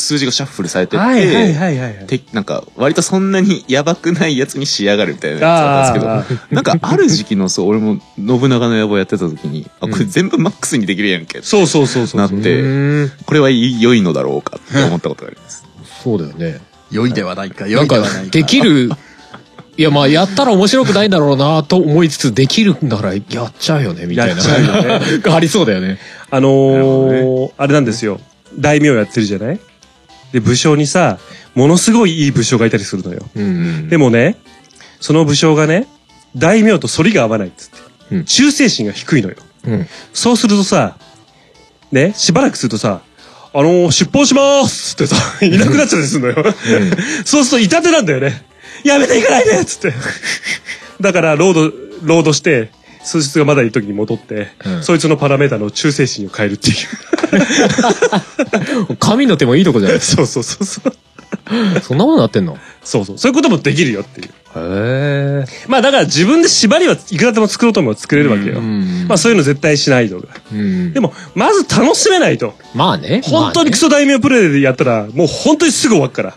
数字がシャッフルされてっ
はいはい
て、
はいはいはい。
てなんか、割とそんなにやばくないやつに仕上がるみたいなやつだったんですけど、なんかある時期の、そう、俺も信長の野望やってた時に、あ、これ全部マックスにできるやんけって
そうそうそうそう
なっ。て、これは良いのだろうかって思ったことがあり ます。
そうだよね。
良いではないか、
な
良
いん
で
か
はないか。
できる、いやまあやったら面白くないんだろうなと思いつつ、できるならやっちゃうよね、みたい
やっちゃ
な。が ありそうだよね。
あのーあれなんですよ。大名やってるじゃないで、武将にさ、ものすごいいい武将がいたりするのよ。
うん
でもね、その武将がね、大名と反りが合わないっつって、
うん
忠誠心が低いのよ。
うん
そうするとさ、ね、しばらくするとさ、あのー、出奔しまーすってさ、いなくなっちゃったりするのよ。 そうすると痛手なんだよね。やめていかないでっつって。だから、ロード、ロードして、数日がまだいる時に戻って、
うん
そいつのパラメータの忠誠 心を変えるっていう。
神の手もいいとこじゃないですか。
そうそうそうそう。
そんなことなってんのへ
そうそう。そういうこともできるよっていう。
え。
まあだから自分で縛りはいくらでも作ろうと思えば作れるわけよ。まあそういうの絶対しないとか。
うん
でも、まず楽しめないと。
まあね。
本当にク
ま
ソ大名プレイでやったら、もう本当にすぐ終わっから。
あ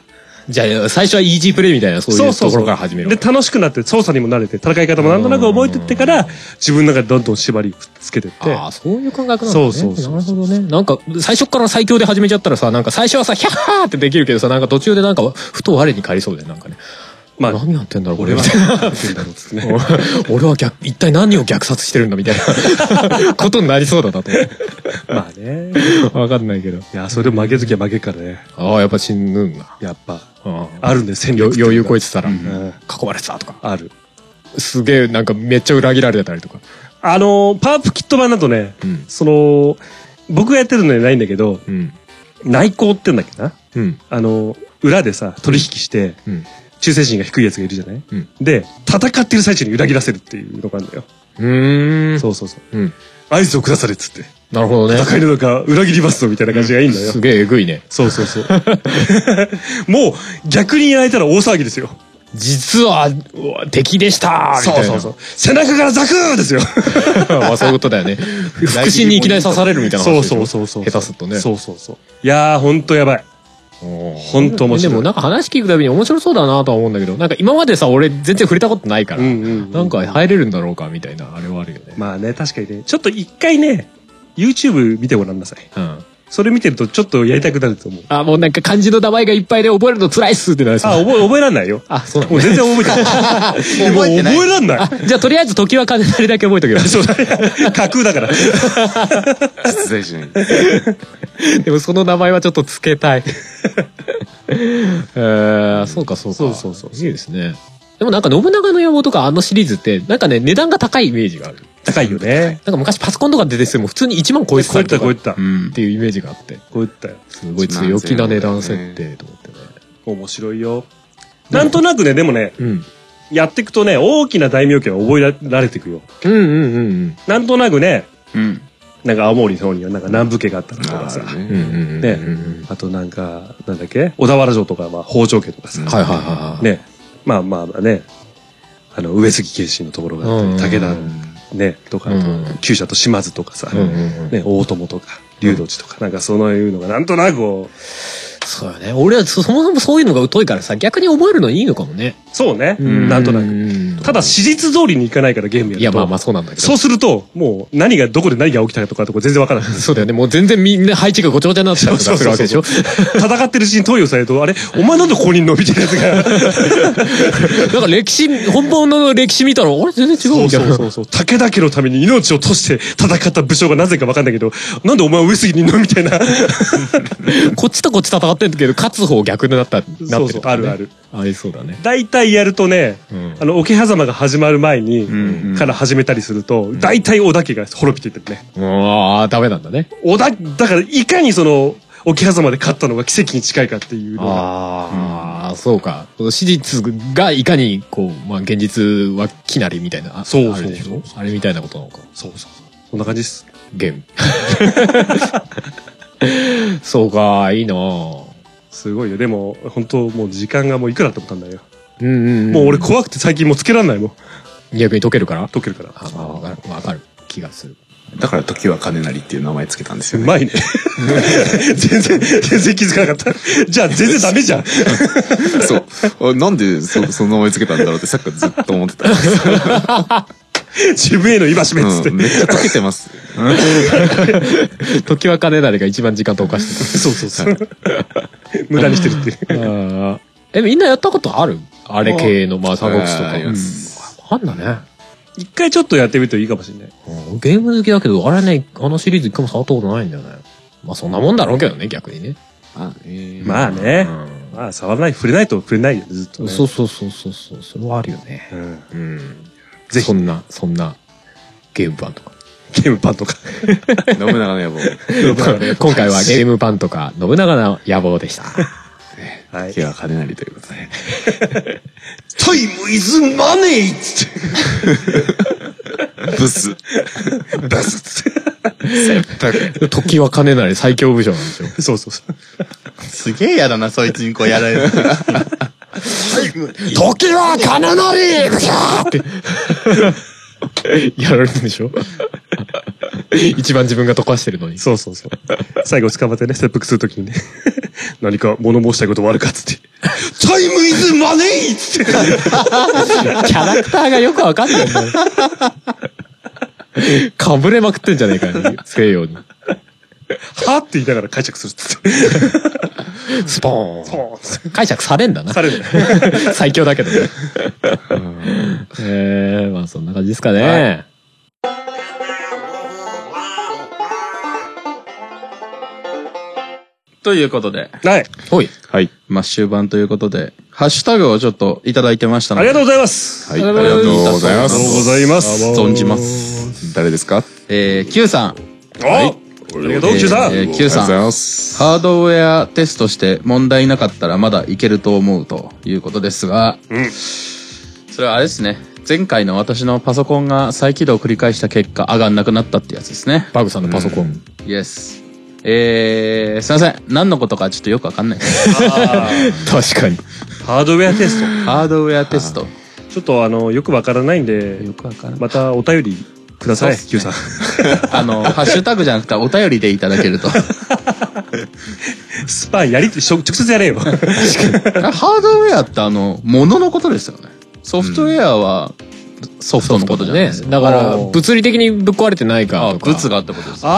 ねじゃあ、最初はイージープレイみたいな、そういうところから始めるわ
で、
け。
楽しくなって、操作にも慣れて、戦い方もなんとなく覚えてってから、自分の中でどんどん縛りつけてって。
ああ、そういう感覚なんだ
そ
ね。
うそうそ
な
う
るほどね。なんか、最初から最強で始めちゃったらさ、なんか最初はさ、ヒャッハーってできるけどさ、なんか途中でなんか、ふと我に返りそうで、なんかね。
まあ、
何やってんだろう、これ
俺は
みたいな。 俺は逆、一体何を虐殺してるんだみたい なことになりそうだなと思って。
まあね。
わかんないけど。
いや、それでも負けずきは負けっからね。
ああ、やっぱ死ぬんだ。
やっぱ、
あ
あるんで、戦
余
力ってうのが
裕こいてたら、
うん
囲まれてたとか。
ある。
すげえ、なんかめっちゃ裏切られてたりとか。
あのー、パープキット版だとね、
うん
その、僕がやってるのじゃないんだけど、
うん。
内向って言うんだっけな
うん。
あのー、裏でさ、取引して、
うん
忠誠心が低いやつがいるじゃない、
うん
で、戦ってる最中に裏切らせるっていうのがあるんだよ。
うーん。
そうそうそう。
うん。
合図をくだされっつって。
なるほどね。
戦いの中、裏切りますぞみたいな感じがいいんだよ。
すげええぐいね。
そうそ うそう。もう、逆にやられたら大騒ぎですよ。
実は、うわ敵でしたみたいな。
う。背中からザク ーですよ。
まあそういうことだ よね。腹心にいきなり刺されるみたいな話
そう
でし
そ
ょ
うそうそう。
下手すっとね。
そうそうそう。いやー、ほんとやばい。ほんと面白い
でもなんか話聞くたびに面白そうだなとは思うんだけど、なんか今までさ、俺全然触れたことないから、
うんうんうん
なんか入れるんだろうかみたいな、あれはあるよね。
まあね、確かにね。ちょっと一回ね、YouTube 見てごらんなさい。
うん。
それ見てるとちょっとやりたくなると思う。
あ、もうなんか漢字の名前がいっぱいで覚えるの辛いっすってなりそう
あ、覚え、覚えらんないよ。
あ、そうなの
もう全然覚えてない。もう覚えらんない。
じゃあとりあえず時は金なりだけ覚えとけば。
そうだね架空だから。
実在しない。
でもその名前はちょっと付けたい。えー、そうかそうか。そうそうそう。いいですね。でもなんか信長の野望とかあのシリーズって、なんかね、値段が高いイメージがある。
高いよね。
なんか昔パソコンとか出てきても普通に1万超えて
こう
た
いっ
りと
た、
か
こういった
う。ん
っ。ていうイメージがあって。
こういったよ。
すごい強気な値段設定と思ってね。
面白いよ。なんとなくね、でもね、
うん。
やっていくとね、大きな大名家は覚えられていくよ。
うんうんうん
なんとなくね、
うん。
なんか青森の方にはなんか南部家があったりとかさ
あ。る
うん。う
ね。
んうんうん。
ね
うん
あとなんか、なんだっけ小田原城とか、まあ、北条家とかさ。
はいはいはいはい。
ね、まあまあね、あの、上杉謙信のところがあったり、
うん
武田、ね、とか、あ
うん
と旧社と島津とかさ、
うんうんうん
ね、大友とか、竜土寺とか、なんかそういうのがなんとなくこう、
そうよね。俺はそそもそもそういうのが疎いからさ、逆に覚えるのいいのかもね。
そうね、なんとなく。
く
ただ、史実通りにいかないからゲームやると。
いやまあまあそうなんだけど。
そうすると、もう何が、どこで何が起きたかとかとか全然わからない。
そうだよね。もう全然みんな配置がごちゃごちゃになってたりとかするわけでしょ。
戦ってるシーン投与されると、あれお前なんでここに伸びてるやつが。
なんか歴史、本番の歴史見たら、あれ全然違う
そ
み
う
たい
そ
な。
うそうそう。武田家のために命を賭して戦った武将がなぜかわかんないけど、なんでお前は上杉にいんのみたいな。
こっちとこっち戦ってんだけど、勝つ方逆になった、なってるとかね、
そうそう、あるある。
ありそうだね。
大体やるとね、
うん
あの、桶狭間が始まる前に、から始めたりすると、大体織田家が滅びていってるね。
ああ、ダメなんだね。
織田、だからいかにその、桶狭間で勝ったのが奇跡に近いかっていうのが、
ああ、そうか。その史実がいかに、こう、まあ、現実はきなりみたいな。あ
そうそう
あるでしょあれみたいなことなのか。
そうそうそう。そんな感じです。
ゲーム。 そうか、いいなぁ
すごいよ。でも、本当もう時間がもういくらってことなんだよ。
うんうん、うん。
もう俺怖くて最近もうつけらんないもん。
逆に解けるから
解けるから。
あ、まあ、わかる、わかる気がする。
だから時は金なりっていう名前つけたんです
う
よね。
まいね。全然、全然気づかなかった。じゃあ全然ダ メじゃん。
そう。あなんでそその名前つけたんだろうってさっきからずっと思 ってた。
自分への戒めっつって。
うん、めっちゃ溶けてます。
時は金なりが一番時間とか して
そうそうそう。無駄にしてるっていう。
た。あーえ、みんなやったことあるあれ系の、まあ、三国志と
あ
か。
ーありま
うんあんだね。
一回ちょっとやってみるといいかもしれない。
うんゲーム好きだけど、あれね、あのシリーズ一回も触ったことないんだよね。まあ、そんなもんだろうけどね、逆にね。
あえー
まあね。まあ、触らない、触れないと触れないよね、ずっと、ね。
そうそうそうそうそう、それはあるよね。
うん
うん。ぜひ。そんな、そんな、ゲーム版とか。
ゲームパンとか。
信長の野望。
今回はゲーム版とか、信長の野望で した。
はい
時。は金なりということで。
タイムイズマネーっつって。
ブス。
出 すっつっ
時は金なり最強武将なんですよ。
て。そうそうそう。
すげえ嫌だな、そいつにこうやられる。
時は金なりブシャーって。やられるんでしょ一番自分が溶かしてるのに。
そうそうそう。最後捕まってね、切腹するときにね。 何か物申したいことはあるかっつって。タイムイズマネーっつっ
キ
て。
ャラクターがよくわかんないんだよ。かぶれまくってんじゃねえかよ、西洋に。
はって言いながら解釈するっつって。
スポー
ポーンっつっ
ン。解釈されんだな
て。されるね。
最強だけどね。えー、まあそんな感じですかね。
ということで、
はい。
ほい。
はい。まあ、終盤ということで、ハッシュタグをちょっといただいてました
あ
の
り
で。
がとうございます。
はい、ありがとうございま
ありがとう
す。
ございます。
存じます。
誰ですか
えー、Q さん。
おありがとう、Q さん。
え
あり
ー Q
がとう
さ
ござい
ん。
ます。
ハードウェアテストして問題なかったらまだいけると思うということですが、それはあれですね。前回の私のパソコンが再起動を繰り返した結果上がんなくなったってやつですね。
バグさんのパソコン。
イエス。えー、すいません。何のことかちょっとよくわかんないです。
確かに。
ハードウェアテスト。
ハードウェアテスト。
ちょっとあの、よくわからないんで、
くわかん
またお便りください、
そうっすね
Q さん。
あの、ハッシュタグじゃなくてお便りでいただけると。
スパンやりと、しょ直接やれよ。
ハードウェアってあの、もののことですよね。ソフトウェアはソフトのことじゃない
ね
です。か。
だから、
おー
物理的にぶっ壊れてないか
あ、
とか。
物がってことです。
あ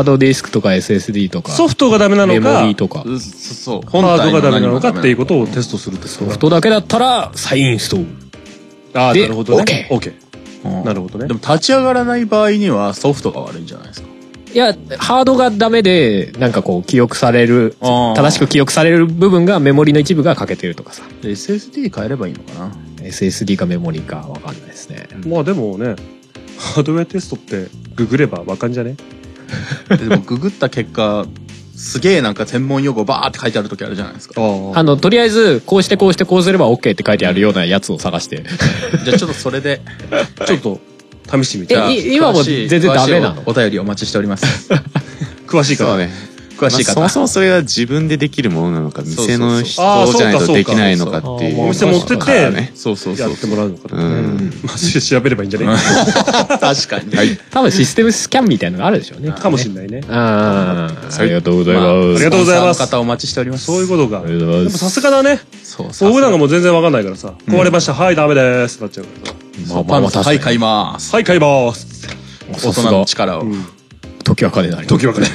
ハードディスクとか SSD とか。
あ、ソフトがダメな
メ
の
モリー
か、
とか。
うそそう。
ハードがダメなのかっていう
う。
ことをテストするってソ
ソフトだけだったら、再インストール。
ああ、
で
なるほどね。
OK
うん
なるほどね
で。も立ち上がらない場合にはソフトが悪いんじゃないですか。
いや、ハードがダメで、なんかこう、記憶される、
あー
正しく記憶される部分がメモリの一部が欠けてるとかさ。
SSD 変えればいいのかな。
SSD かメモリかわかんないですね。
まあでもね、ハードウェアテストってググればわかんじゃね
ででもググった結果、すげえなんか専門用語バーって書いてある時あるじゃないですか。
あ
あの、とりあえず、こうしてこうしてこうすれば OK って書いてあるようなやつを探 して。
じゃあちょっとそれで。
あ、ちょっと試してみて
え。い今も全然ダメなの
詳しいお便りお待ちしております。
詳しいか
そ
ら
う。ね。
詳しい
まあそ
方
も。そもそれは自分でできるものなのか、
そうそう
店の人じゃないとできないのかっていう。
お店持ってっ
から
て
ね、
そうそう
や
そう
って。もらうのかとかね
うん
まあ、それ調べればいいんじゃない
確かに。はい。
多分システムスキャンみたいなのがあるでしょうね。
かもしれないね。
ああ、ありがとうございま
あ
す
り。がとうございます
方お待ちしております。
そういうことが。
ありが
で
とうござい
も
ま
さ
す。
すがだね。
そうそう。
僕なんかもう全然わかんないからさ、壊れました、はい、ダメですってなっちゃうからさ。
まあま
パ
あ
ン
まあ
の
確か
はい、買
に。
います。
はい、買います。
さ
大
す
人の
が、
力を。
時は金なり。
時はかね。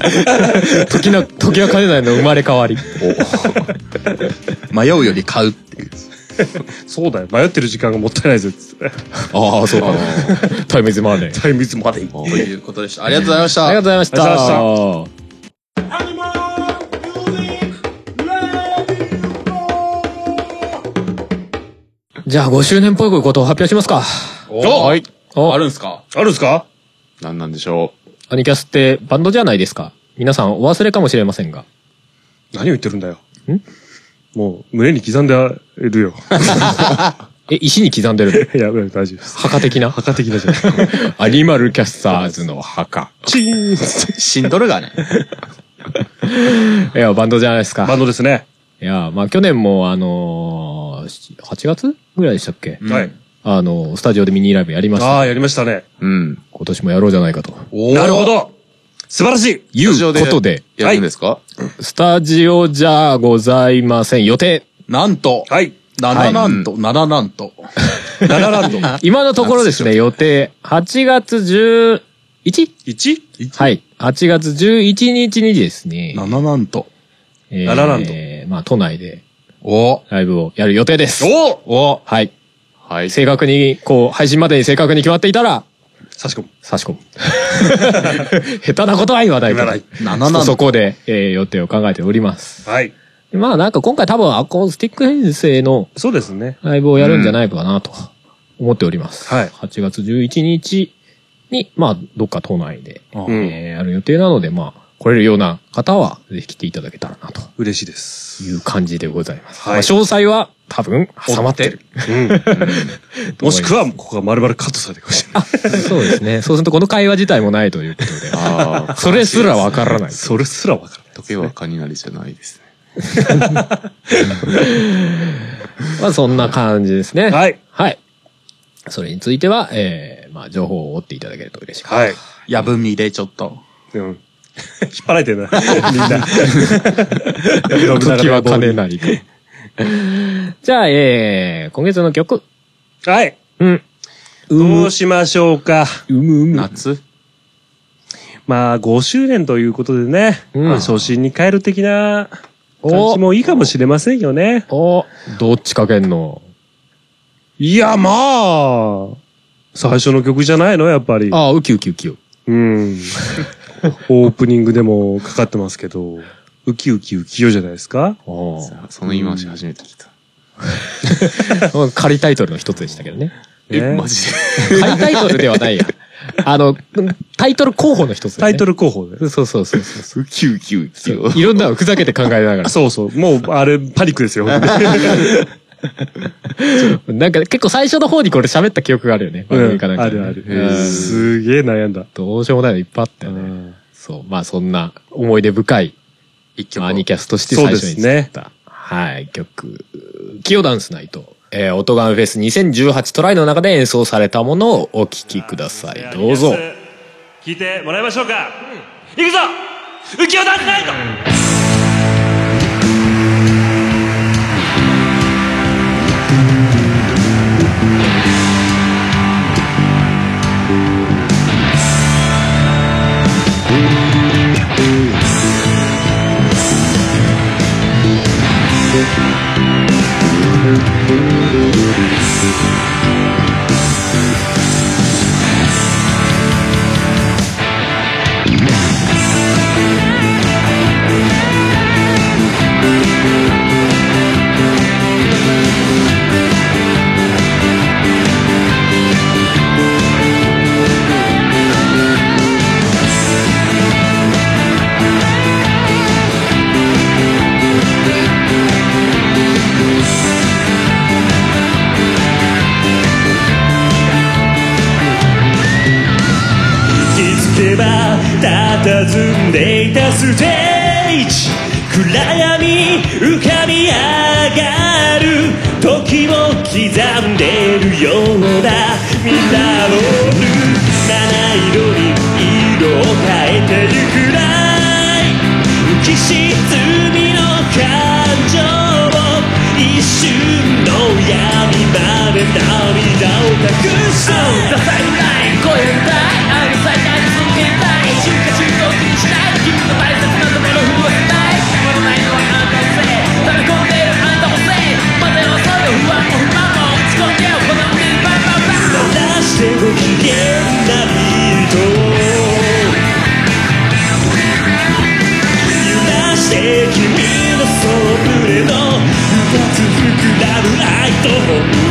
時の、時は金なりの生まれ変 わり。
迷うより買うっていう。
そうだよ、迷ってる時間がもったいないぜっつって。
ああ、そうか。タイムイズマネー。
タイムいつまでいい。
ということでした。ありがとうございまし
ありがとう
た
ご。ざいまし
ありがと
た。じゃあ5周年っぽいことを発表しますか。
おはい。
お
あるんすか
あるんですか
何なんでしょ
アニキャスってバンドじゃないですか。皆さんお忘れかもしれませんが。
何を言ってるんだよ。もう、胸に刻んである よ。
え、石に刻んでる
いや、大丈夫です。
の墓的な
墓的なじゃない。
アニマルキャスターズの墓。
チーン
死んどるがね。
いや、バンドじゃないです
バン
か。
ドですね。
いや、まあ去年もあのー、8月ぐらいでしたっけ、
はい。
あのー、スタジオでミニライブやりました。
ああ、やりましたね。
う。うん。
今年もやろうじゃないかと。
なるほど素晴らしい
いう
ことで、
やるんですか
スタジオじゃございません。予定。
なんと。
はい。
七なんと、七なん と。
ララランド。
今のところですね、予定。8月 11?
1?
はい。8月11日にですね。
七なんと。
えー
ララランド
まあ、都内で
お
ライブをやる予定です。
お
お
はい。
はい。
正確に、こう、配信までに正確に決まっていたら、
差し込む。
差し込む。下手なことは言わないと。
言わない
七
ちょ
な
っ
ん
と
と。
そこで、えー予定を考えております。
はい。
まあなんか今回多分アコースティック編成の
そうですね。
ライブをやるんじゃないかなと思っております。
はい
8月11日に、まあ、どっか都内で、
うん。
えーやる予定なので、まあ、来れるような方は、ぜひ来ていただけたらな、と
嬉しいです。
いう感じでございます。
はい
まあ詳細は、多分、挟まってる。
もしくは、ここが丸々カットされてるかもしれない。
そうですね。そうすると、この会話自体もないということで、
ああ。
それすらわからない。
それすらわからない。
時計はカニなりじゃないですね。
まあそんな感じですね。はい。
はい。
それについては、えー、まあ情報を追っていただけると嬉 しい。
はい。
やぶみでちょっと。
うん。 引っ張られてるな。みんな。
時は金なり で。じゃあ、えー、今月の曲。
はい。
うん。う
ど
む
う、しましょうか。
うむうむ。
夏
まあ、5周年ということでね。
うん
まあ初心に帰る的な感
お
じもいいかもしれませんよね。
おどっちかけんの
いや、まあ、最初の曲じゃないのやっぱり。
ああ、ウキウキウキウ。
うん。オープニングでもかかってますけど、ウキウキウキよじゃないですか
おー
その言い回し初めて聞いた。
まあ仮タイトルの一つでしたけどね。
え、
ね
マジで
仮タイトルではないや。あの、タイトル候補の一つ、ね、
タイトル候補で。
ル。そうそうそうそうそ
ウキウキウキを
う。。いろんなのふざけて考えながら。
そうそう。もう、あれ、パニック ですよ。本当に
なんか結構最初の方にこれ喋った記憶があるよね。番組かなんかでね
あるあ
う
る。
ん
すげえ悩んだ。
どうしようもないのいっぱいあったよね。そう。まあそんな思い出深い
一曲を。
アニキャスとして最初に
そう
作
で
っ
す
た、はい、曲、キヨダンスナイト、えー、オトガンフェス2018トライの中で演奏されたものをお聴きください。どうぞ。。
聞いてもらいましょうか。行くぞ浮世ダンナイト
気づけば佇んでいたステージ暗闇浮かび上がる時を刻んでるようなミラーボール七色に色を変えてゆくらい浮き沈みの感情を一瞬の闇まで涙を託す Oh, the sunlight 超えたいあの最大に続けたい進化中毒にしたい君の大切なための不安ない止まらないのはあんたのせい溜め込んでいるあんたのせいまでのそういう不安も不満も落ち込んでよこの胸にバンバンバン出してご機嫌なビート揺らして君のそぶれの二つ膨らむ愛と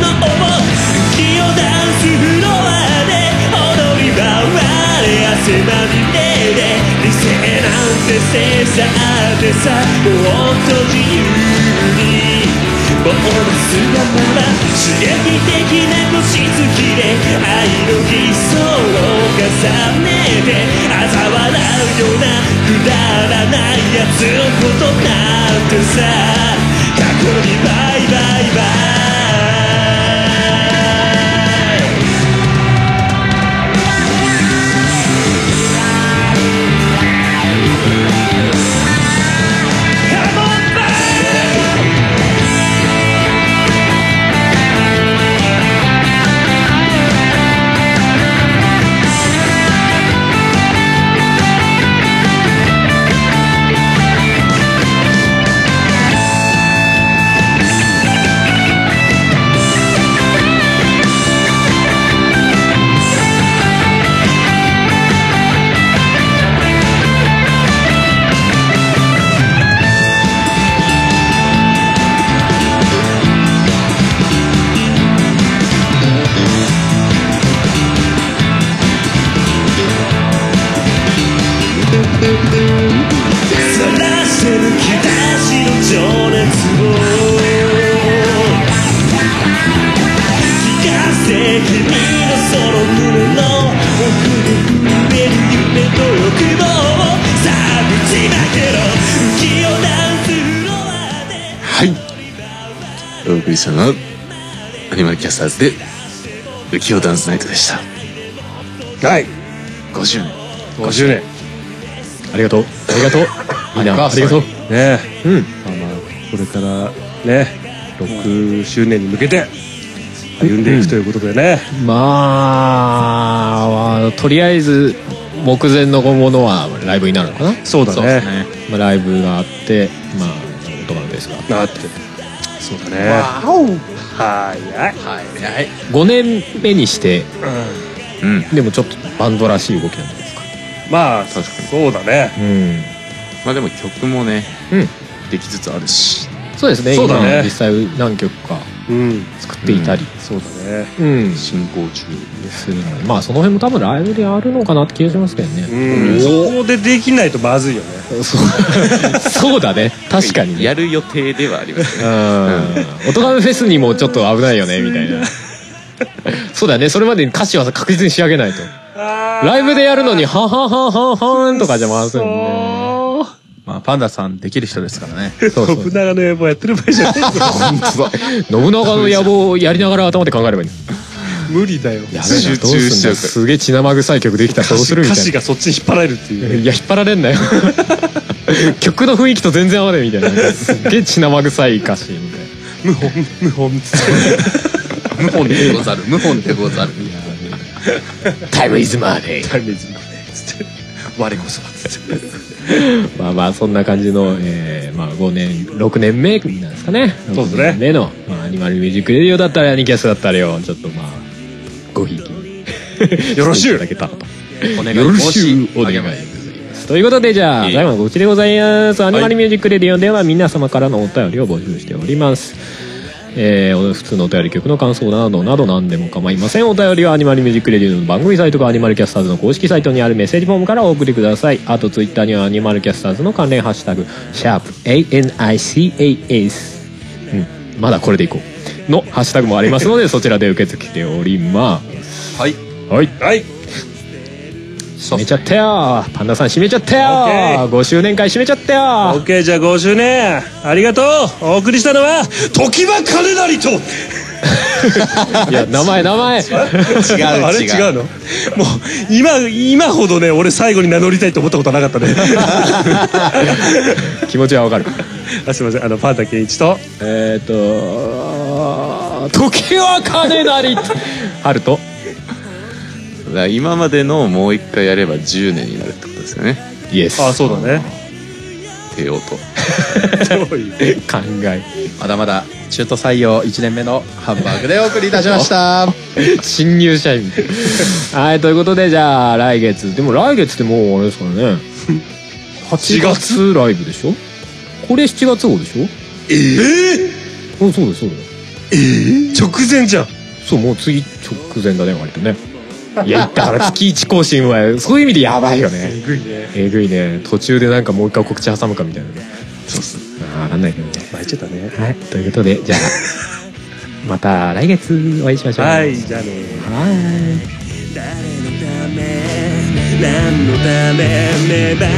本能を浮世ダンスフロアで踊り回れ汗まみれで理性なんてせいさてさもっと自由にボーナスがまだ刺激的な星月で愛の偽装を重ねて嘲笑うようなくだらないやつのことなんてさ過去にバイバイバイ「さらしてるき出しの情熱を」「聞かせ君のその胸の奥に埋める夢と欲望を」「さあぶちまけろ
りしたのは、アニマルキャスターズで、浮世ダンスナイトでした。
はい。
50年。
50年。
ありがとう。ありがとう。いいな。ありがとう。
ねえ。
うん。
まあまあ、これからね、6周年に向けて、歩んでいくということでね。
まあ、とりあえず、目前のものはライブになるのかな
そうだ
そう
ね
です。ね。まあ、ライブがあって、まあ、音楽ですが。
なって。そうだね。早い。
早い。5年目にして、
うん。
でもちょっとバンドらしい動きなんじゃないですか。
まあ、
確かに。
そうだね。
うん。
まあでも曲もね、
うん
できつつあるし。
そうですね。
そうだね
今実際何曲か
うん。
作っていたり。
そうだね。
うん。
進行中。
するのでまあ、その辺も多分ライブであるのかなって気がしますけどね。
うん。そこでできないとまずいよね。
そう そうだね。確かにね。
やる予定ではありま す
う
ね。
ん。音楽フェスにもちょっと危ないよね、みたいな。そうだね。それまでに歌詞は確実に仕上げないと。ライブでやるのに、はんはんはんはんはんとかじゃ回すんで。
まあ、パンダさんできる人ですから ね。
そうそう。
信長の野望やってる場合じゃないぞ
信長の野望をやりながら頭で考えればいい。
無理だよ。
やべえな
集
どうすん
中
だ
しちゃうから
すげえ血生臭い曲できたらどうするみた
歌
いな
詞。がそっちに引っ張られるっていうね。
いや引っ張られんな よ曲の雰囲気と全然合わないみたいななんかすっげえ血生臭い歌詞みたいな
無本、無本っつって。
無本でござる。無本でござる。
「タイムイズマーデイ
タイムイズマネーつって。我こそはつって。」
まあまあそんな感じの、えーまあ、5年6年目なんですかね
そうですね
6年目の、まあ、アニマルミュージックレディオだったりアニキャスだったりをちょっとまあごひいきに
よろしゅ う
いただけたらと
お願い
よろ
申
し
し
ゅうお
上
願い
げ
し
ま。
ますすということでじゃあ最後の告知でございますアニマルミュージックレディオでは皆様からのお便りを募集しておりますえー、普通のお便り曲の感想などなど何でも構いませんお便りはアニマルミュージックレディオの番組サイトかアニマルキャスターズの公式サイトにあるメッセージフォームからお送りくださいあとツイッターにはアニマルキャスターズの関連ハッシュタグ「シャープ #ANICAS」うんまだこれでいこうのハッシュタグもあります のでそちらで受け付けております
はい
はい
はい。
閉めちゃったよパンダさん閉めちゃったよ
オッ
5周年会閉めちゃったよ
OK じゃあ5周年ありがとうお送りしたのは時は金なりと
いや名前名 前
違
違う
あれ違うのもう今今ほどね俺最後に名乗りたいと思ったことはなか ったね
気持ちはわかる
あすいませんあのパンタケンイチと
えっ、ー、と時は金な りあると
だから今までのもう一回やれば10年になるってことですよね。
イエス
あそうだね
帝王と。
どういう
考え
まだまだ中途採用1年目のハンバーグでお送りいたしました。
新入社員 はいということでじゃあ来月でも来月ってもうあれですから ね8月ライブでしょこれ7月号でしょええそうだそうだ
直前じゃん
そうもう次直前だね割と ねいやだから月1更新はそういう意味でやばいよね
えぐいね
えぐいね途中でなんかもう一回告知挟むかみたいなねああなんないけどね
巻いちゃったね
はいということで じゃあまた来月お会いしましょう
はいじゃあね
はい
誰のため何のため芽生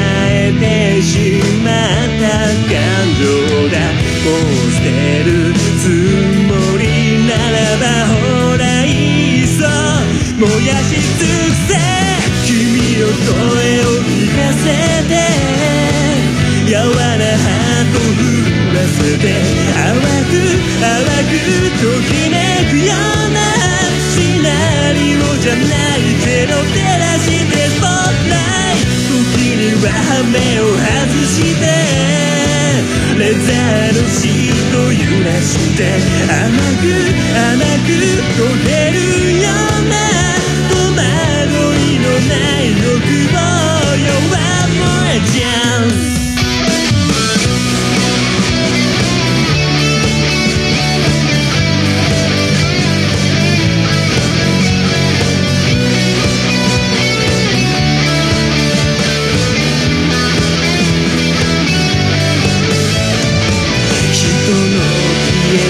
えてしまった感情だもう捨てるつもりならばほらいっそ燃やし尽くせ君の声を聞かせて柔らハートを降らせて淡く淡くときめくようなシナリオじゃないけど照らしてスポットライト時には目を外してレザーのシート揺らして甘く甘く溶けるような戸惑いのない欲望よ One more chance 人の消え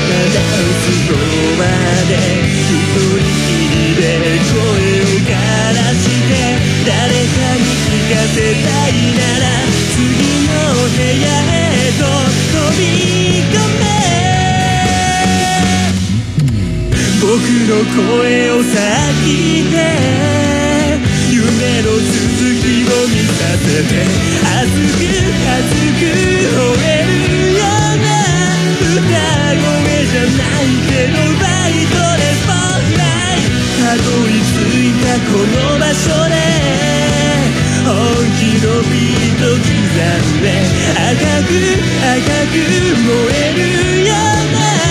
たダンスフロアで一人き僕の声をさあ聞いて夢の続きを見させて熱く熱く吠えるような歌声じゃないけどバイトでスポットライトたどり着いたこの場所で本気のビート刻んで赤く赤く燃えるような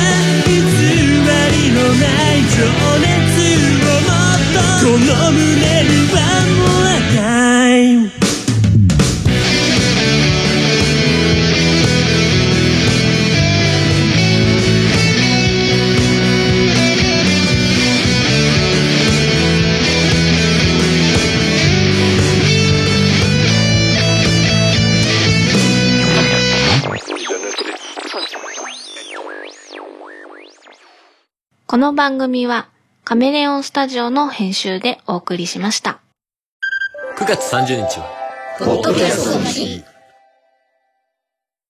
偽りのない情熱をもっとこの胸にはもう赤い
この番組はカメレオンスタジオの編集でお送りしました。
9月30日は、
ポッドキャストの日